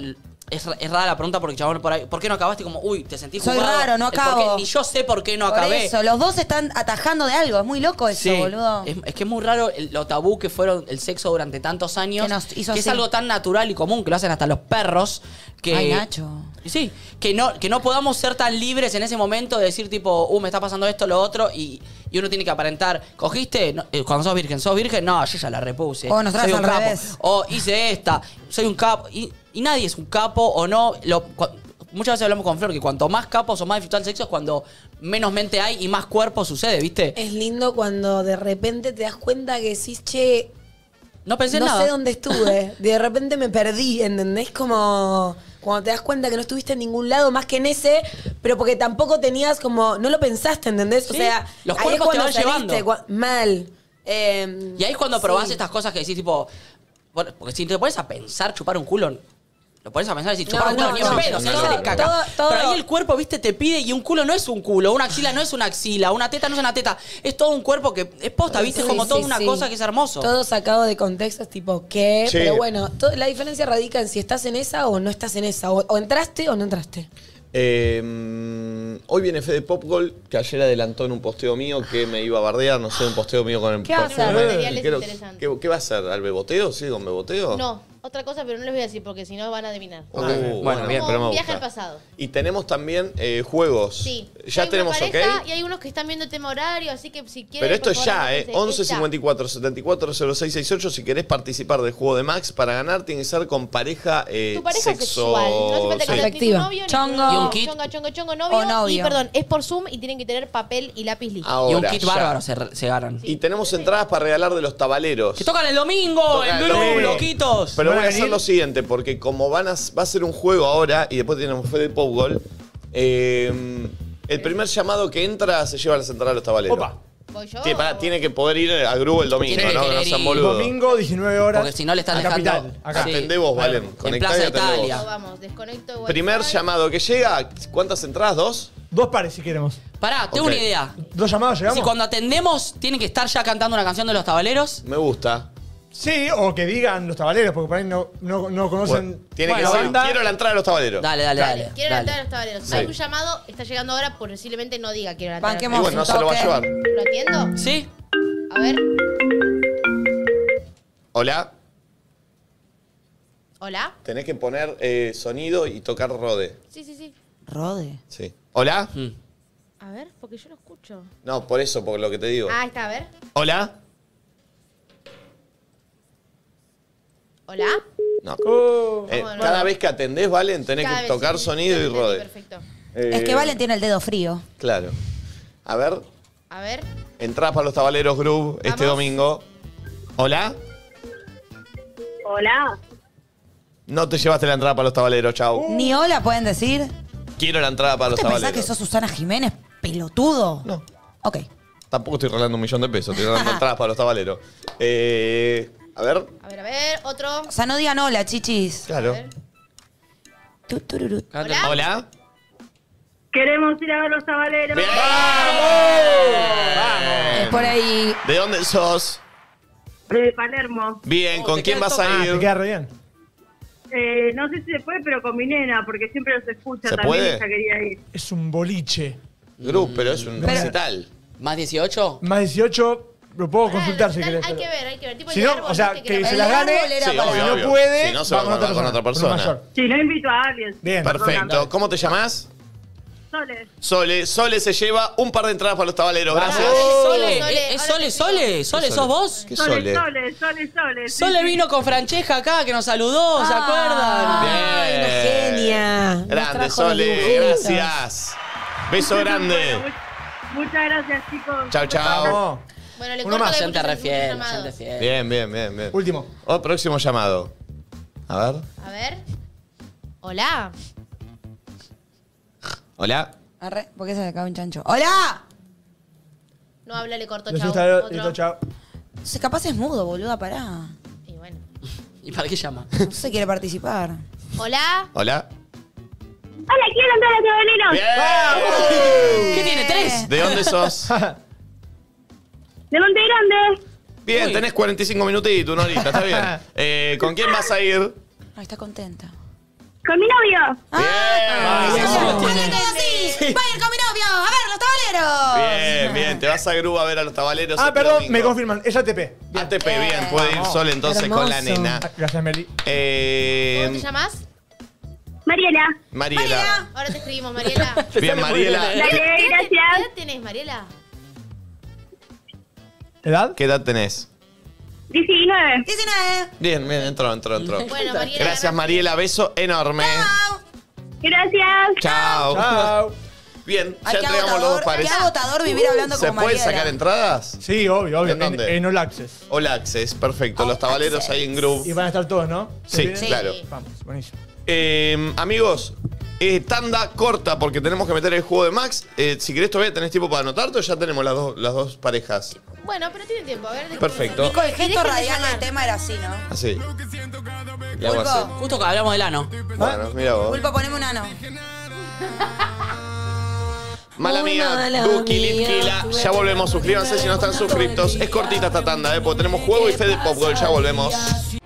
S5: Es, es rara la pregunta porque el chabón por ahí. ¿Por qué no acabaste? Como, uy, te sentí
S4: Soy
S5: juzgado.
S4: raro, no
S5: El por qué-
S4: acabo.
S5: Ni yo sé por qué no
S4: Por
S5: acabé.
S4: eso, los dos están atajando de algo. Es muy loco eso,
S5: Sí.
S4: boludo.
S5: Es, es que es muy raro el- lo tabú que fueron el sexo durante tantos años.
S4: Que nos hizo
S5: que es
S4: así.
S5: algo tan natural y común que lo hacen hasta los perros. Que,
S4: Ay, Nacho.
S5: Sí, que no, que no podamos ser tan libres en ese momento de decir, tipo, uh, me está pasando esto, lo otro, y, y uno tiene que aparentar, ¿cogiste? No, eh, cuando sos virgen, ¿sos virgen? No, yo ya la repuse.
S4: O Oh, nosotras
S5: soy un
S4: al
S5: capo.
S4: revés.
S5: O hice esta, soy un capo. Y, y nadie es un capo o no. Lo- cu- Muchas veces hablamos con Flor que cuanto más capos o más disfrutar el sexo es cuando menos mente hay y más cuerpo sucede, ¿viste?
S3: Es lindo cuando de repente te das cuenta que decís, che,
S5: No pensé en
S3: no
S5: nada.
S3: sé dónde estuve. De repente me perdí, ¿entendés? Como cuando te das cuenta que no estuviste en ningún lado más que en ese, pero porque tampoco tenías como, no lo pensaste, ¿entendés? O
S5: Sí,
S3: sea,
S5: los
S3: ahí es
S5: cuerpos te
S3: cuando
S5: van
S3: saliste,
S5: llevando.
S3: cua- mal. Eh,
S5: Y ahí es cuando probás
S3: sí.
S5: estas cosas que decís, tipo. bueno, Porque si te pones a pensar, chupar un culo. Lo pones a pensar y decís,
S3: No,
S5: chupar un culo
S3: no,
S5: ni en
S3: no,
S5: pedo, o sea,
S3: todo-
S5: sale caca.
S3: todo- todo-
S5: Pero ahí el cuerpo, viste, te pide y un culo no es un culo, una axila no es una axila, una teta no es una teta. Es todo un cuerpo que es posta, viste, es
S3: Sí,
S5: como
S3: sí,
S5: toda una
S3: sí.
S5: cosa que es hermoso.
S3: Todo sacado de contextos, tipo, ¿qué?
S1: Che.
S3: Pero bueno, to- la diferencia radica en si estás en esa o no estás en esa. O, o entraste o no entraste.
S1: eh, hoy viene Fede Popgol, que ayer adelantó en un posteo mío que me iba a bardear, no sé, un posteo mío con el
S3: ¿Qué va a hacer?
S1: perfume.
S2: Materiales
S1: Creo-
S2: interesantes.
S1: ¿qué, qué va a hacer? ¿Al beboteo? ¿Sí? ¿Con beboteo?
S2: No, otra cosa, pero no les voy a decir porque si no van a adivinar.
S1: Uh,
S5: Ah,
S1: bueno,
S5: bueno,
S1: bien,
S2: Como
S1: pero me
S2: un viaje
S1: gusta.
S2: al pasado.
S1: Y tenemos también eh, juegos.
S2: Sí.
S1: Ya
S2: Hay una
S1: tenemos, ¿ok?
S2: pareja Y hay unos que están viendo el tema horario, así que si quieren.
S1: Pero esto es
S2: por favor,
S1: ya, ¿eh?
S2: anótense.
S1: 11
S2: Es ya.
S1: 54 74 06 68. Si querés participar del juego de Max, para ganar tiene que ser con pareja, eh,
S2: Tu pareja
S1: sexo.
S2: sexual. No hace falta que
S1: sí.
S2: sea ni tu
S3: Afectiva.
S2: novio, ni tu
S4: Chongo.
S2: novio,
S5: Y un kit.
S2: Chonga, chongo, chongo, novio.
S4: O novio.
S2: Y perdón, es por Zoom y tienen que tener papel y lápiz listo.
S5: y
S1: Ahora,
S5: un kit
S1: ya.
S5: bárbaro se, se ganan.
S1: Y tenemos entradas para regalar de los tabaleros.
S5: Que tocan el domingo,
S1: Tocan
S5: el
S1: el
S5: blue,
S1: domingo.
S5: loquitos.
S1: Pero
S7: ¿Van
S1: voy
S7: a
S1: a hacer
S7: venir?
S1: lo siguiente, porque como van a, va a ser un juego ahora y después tenemos Fede Popgol, eh, el primer llamado que entra se lleva las entradas de los tabaleros.
S7: Opa.
S2: Voy yo.
S1: Tiene, pará, tiene que poder ir al grupo el domingo,
S5: Tiene que
S1: ¿no? Que no
S5: querer
S1: sean
S5: ir.
S1: boludos.
S7: Domingo, 19 horas.
S5: Porque si no le están
S7: a
S5: dejando-
S7: Capital, acá.
S5: Sí.
S1: Atendé vos, Valen.
S5: En
S1: Conectá y
S5: Plaza
S1: atendé vos.
S5: Italia.
S2: No, Vamos, desconecto. wi
S1: Primer llamado que llega, ¿cuántas entradas? ¿Dos?
S7: Dos pares si queremos.
S5: Pará, tengo
S1: Ok.
S5: una idea.
S7: ¿Dos llamados llegamos?
S5: Si cuando atendemos, tienen que estar ya cantando una canción de los tabaleros.
S1: Me gusta.
S7: Sí, o que digan los tabaleros, porque por ahí no, no, no conocen.
S1: Bueno, tiene
S5: Bueno,
S1: que ser.
S5: banda.
S1: Quiero la entrada de los tabaleros.
S5: Dale, dale, dale.
S2: Quiero
S5: dale.
S2: levantar a los tableros.
S1: Sí.
S2: Hay un llamado, está llegando ahora, posiblemente no diga quiero levantar. a los
S1: Y
S4: Banquemos.
S1: bueno, no se lo va a
S4: Toque.
S1: llevar.
S2: tableros. ¿Lo atiendo?
S5: ¿Sí?
S2: A ver.
S1: Hola.
S2: ¿Hola?
S1: Tenés que poner eh, sonido y tocar rode.
S2: Sí, sí, sí.
S4: ¿Rode?
S1: Sí. ¿Hola?
S4: Mm.
S2: A ver, porque yo lo escucho.
S1: No, por eso, por lo que te digo.
S2: Ah, ahí está, a ver.
S1: ¿Hola?
S2: ¿Hola?
S1: No.
S2: Vamos de
S5: Uh.
S1: Eh,
S2: nuevo.
S1: cada vez que atendés, Valen, tenés
S2: Cada
S1: que
S2: vez,
S1: tocar
S2: sí,
S1: sonido y
S2: entendí,
S1: rode.
S2: Perfecto.
S4: Es que
S1: Eh,
S4: Valen tiene el dedo frío.
S1: Claro. A ver,
S2: A ver.
S1: entrás para los Tabaleros Group este domingo. ¿Hola?
S10: Hola.
S1: No te llevaste la entrada para los Tabaleros, chau.
S4: Ni hola pueden decir.
S1: Quiero la entrada para los
S4: Uh. ¿Te pensás
S1: Tabaleros.
S4: que sos Susana Jiménez, pelotudo? No. Ok.
S1: Tampoco estoy regalando un millón de pesos, estoy regalando entradas para los Tabaleros. Eh, a ver,
S2: A ver, a ver, otro.
S4: O sea, no digan hola, chichis.
S1: claro.
S4: Tu, tururú.
S1: ¿Hola?
S10: Queremos ir a ver los sabaleros.
S1: Es
S4: por ahí.
S1: ¿De dónde sos?
S10: De Palermo.
S1: Bien, ¿con quién vas a ir?
S7: Ah,
S10: Eh, no sé si se puede, pero con mi nena, porque siempre los escucha.
S1: ¿Se
S10: también
S1: puede?
S10: ella quería ir.
S7: Es un boliche.
S1: Group, pero es un
S7: Pero-
S1: recital.
S5: ¿Más 18?
S7: Más 18, lo puedo consultar si querés.
S2: Hay
S7: pero-
S2: que ver, hay que ver. Tipo,
S7: Si
S2: el
S7: no,
S2: árbol,
S7: o sea,
S2: ¿viste?
S7: que
S2: era
S7: se
S2: para-
S7: las gane.
S1: Sí,
S7: Si
S1: obvio,
S7: no
S1: obvio.
S7: puede,
S1: Si no, se va
S7: vamos
S1: a acordar con otra persona.
S7: mayor.
S10: Si no invito a alguien.
S7: Bien.
S1: Perfecto. ¿Cómo te llamás?
S10: Soles.
S1: Sole. Sole se lleva un par de entradas para los tabaleros. Gracias.
S5: Sole, eh, es Sole, Sole, Sole,
S1: ¿Qué
S5: ¿sos
S1: Sole?
S5: vos?
S1: ¿Qué Sole?
S10: Soles, soles, soles.
S5: Sole vino con Francesca acá, que nos saludó, ¿se acuerdan?
S1: Bien.
S3: genia. Nos
S1: Grande,
S3: trajo los
S1: Sole.
S3: dibujitos.
S1: Gracias. Beso grande.
S10: Muchas gracias, chicos.
S1: Chau, chau.
S2: Bueno, le
S7: Uno
S2: cuento que hay
S7: más. Ya
S5: te
S2: muchos- muchos
S5: refiero, ya
S2: llamados.
S5: te refiero.
S1: Bien, bien, bien, bien.
S7: Último.
S1: Oh, próximo llamado. A ver.
S2: A ver. Hola.
S1: Hola.
S4: Arre, porque se le acaba un chancho. ¡Hola!
S2: No habla, le corto,
S7: Los
S2: chao.
S7: instaladores-
S2: Otro.
S7: listo, chao.
S4: Se capaz es mudo, boluda, pará.
S2: Y bueno.
S5: ¿Y para qué llama?
S4: No se quiere participar.
S2: Hola.
S1: Hola.
S10: Hola, quiero entrar a los sabaleros.
S1: Bien.
S5: ¿Qué tiene? ¿Tres?
S1: ¿De dónde sos?
S10: ¿De dónde grande?
S1: Bien,
S5: Uy.
S1: tenés 45 minutitos, una horita, está bien. Eh, ¿Con quién vas a ir?
S4: Ay, Ah, está contenta.
S10: Con mi novio.
S4: Ah,
S1: Bien.
S4: ¡Vale, todo sí! ¡Vayan con mi novio! ¡A ver, los tabaleros!
S1: Bien, bien. Te vas a Grúa a ver a los tabaleros.
S7: Ah,
S1: este
S7: perdón,
S1: domingo.
S7: me confirman. Es ATP.
S1: ATP, bien. Puede ir
S7: Vamos.
S1: Sol entonces con la
S3: Hermoso.
S1: nena.
S7: Gracias, Meli.
S1: Eh,
S2: ¿Cómo te llamas?
S10: Mariela.
S1: Mariela.
S2: Ahora te escribimos, Mariela. ¿Qué
S1: Bien, Mariela.
S10: Dale,
S2: edad- ¿Qué
S10: gracias.
S2: edad tenés, Mariela?
S7: ¿Edad?
S1: ¿Qué edad tenés?
S10: 19.
S4: 19.
S1: Bien, bien, entró, entró, entró.
S2: Bueno, Mariela.
S1: Gracias, Mariela. Beso enorme.
S10: Gracias.
S1: Chao.
S7: Chao.
S1: Bien,
S4: Ay,
S1: ya
S4: qué
S1: entregamos los dos
S4: agotador,
S1: pares.
S4: qué agotador vivir hablando
S1: ¿Se
S4: como
S1: pueden
S4: Mariela.
S1: sacar entradas?
S7: Sí, obvio, obvio.
S1: ¿En
S7: En,
S1: dónde?
S7: en All Access.
S1: All Access, perfecto. Los
S4: All
S1: tabaleros
S4: Access.
S1: ahí en Group.
S7: Y van a estar todos, ¿no? ¿Se
S1: Sí,
S7: vienen?
S1: claro.
S7: Vamos, buenísimo.
S1: Eh, amigos, eh, tanda corta porque tenemos que meter el juego de Max. Eh, si querés todavía tenés tiempo para anotarte o ya tenemos las, dos- las dos parejas.
S2: Bueno, pero tienen tiempo. A ver, déjame
S1: Perfecto.
S4: Con el
S2: Tenés
S4: gesto
S2: que
S4: radial
S2: rellenar.
S4: del tema era así, ¿no?
S1: Así. Le hago así.
S4: Pulpo,
S5: Justo que hablamos del ano.
S1: Bueno, mira vos.
S4: pulpo, poneme un ano.
S1: Mala
S3: Muy
S1: amiga,
S3: mala
S1: Duki,
S3: amiga.
S1: Litkila. Ya volvemos, suscríbanse si no están suscriptos. Es cortita esta tanda, ¿eh? porque tenemos juego y fe de Popgol. Ya volvemos.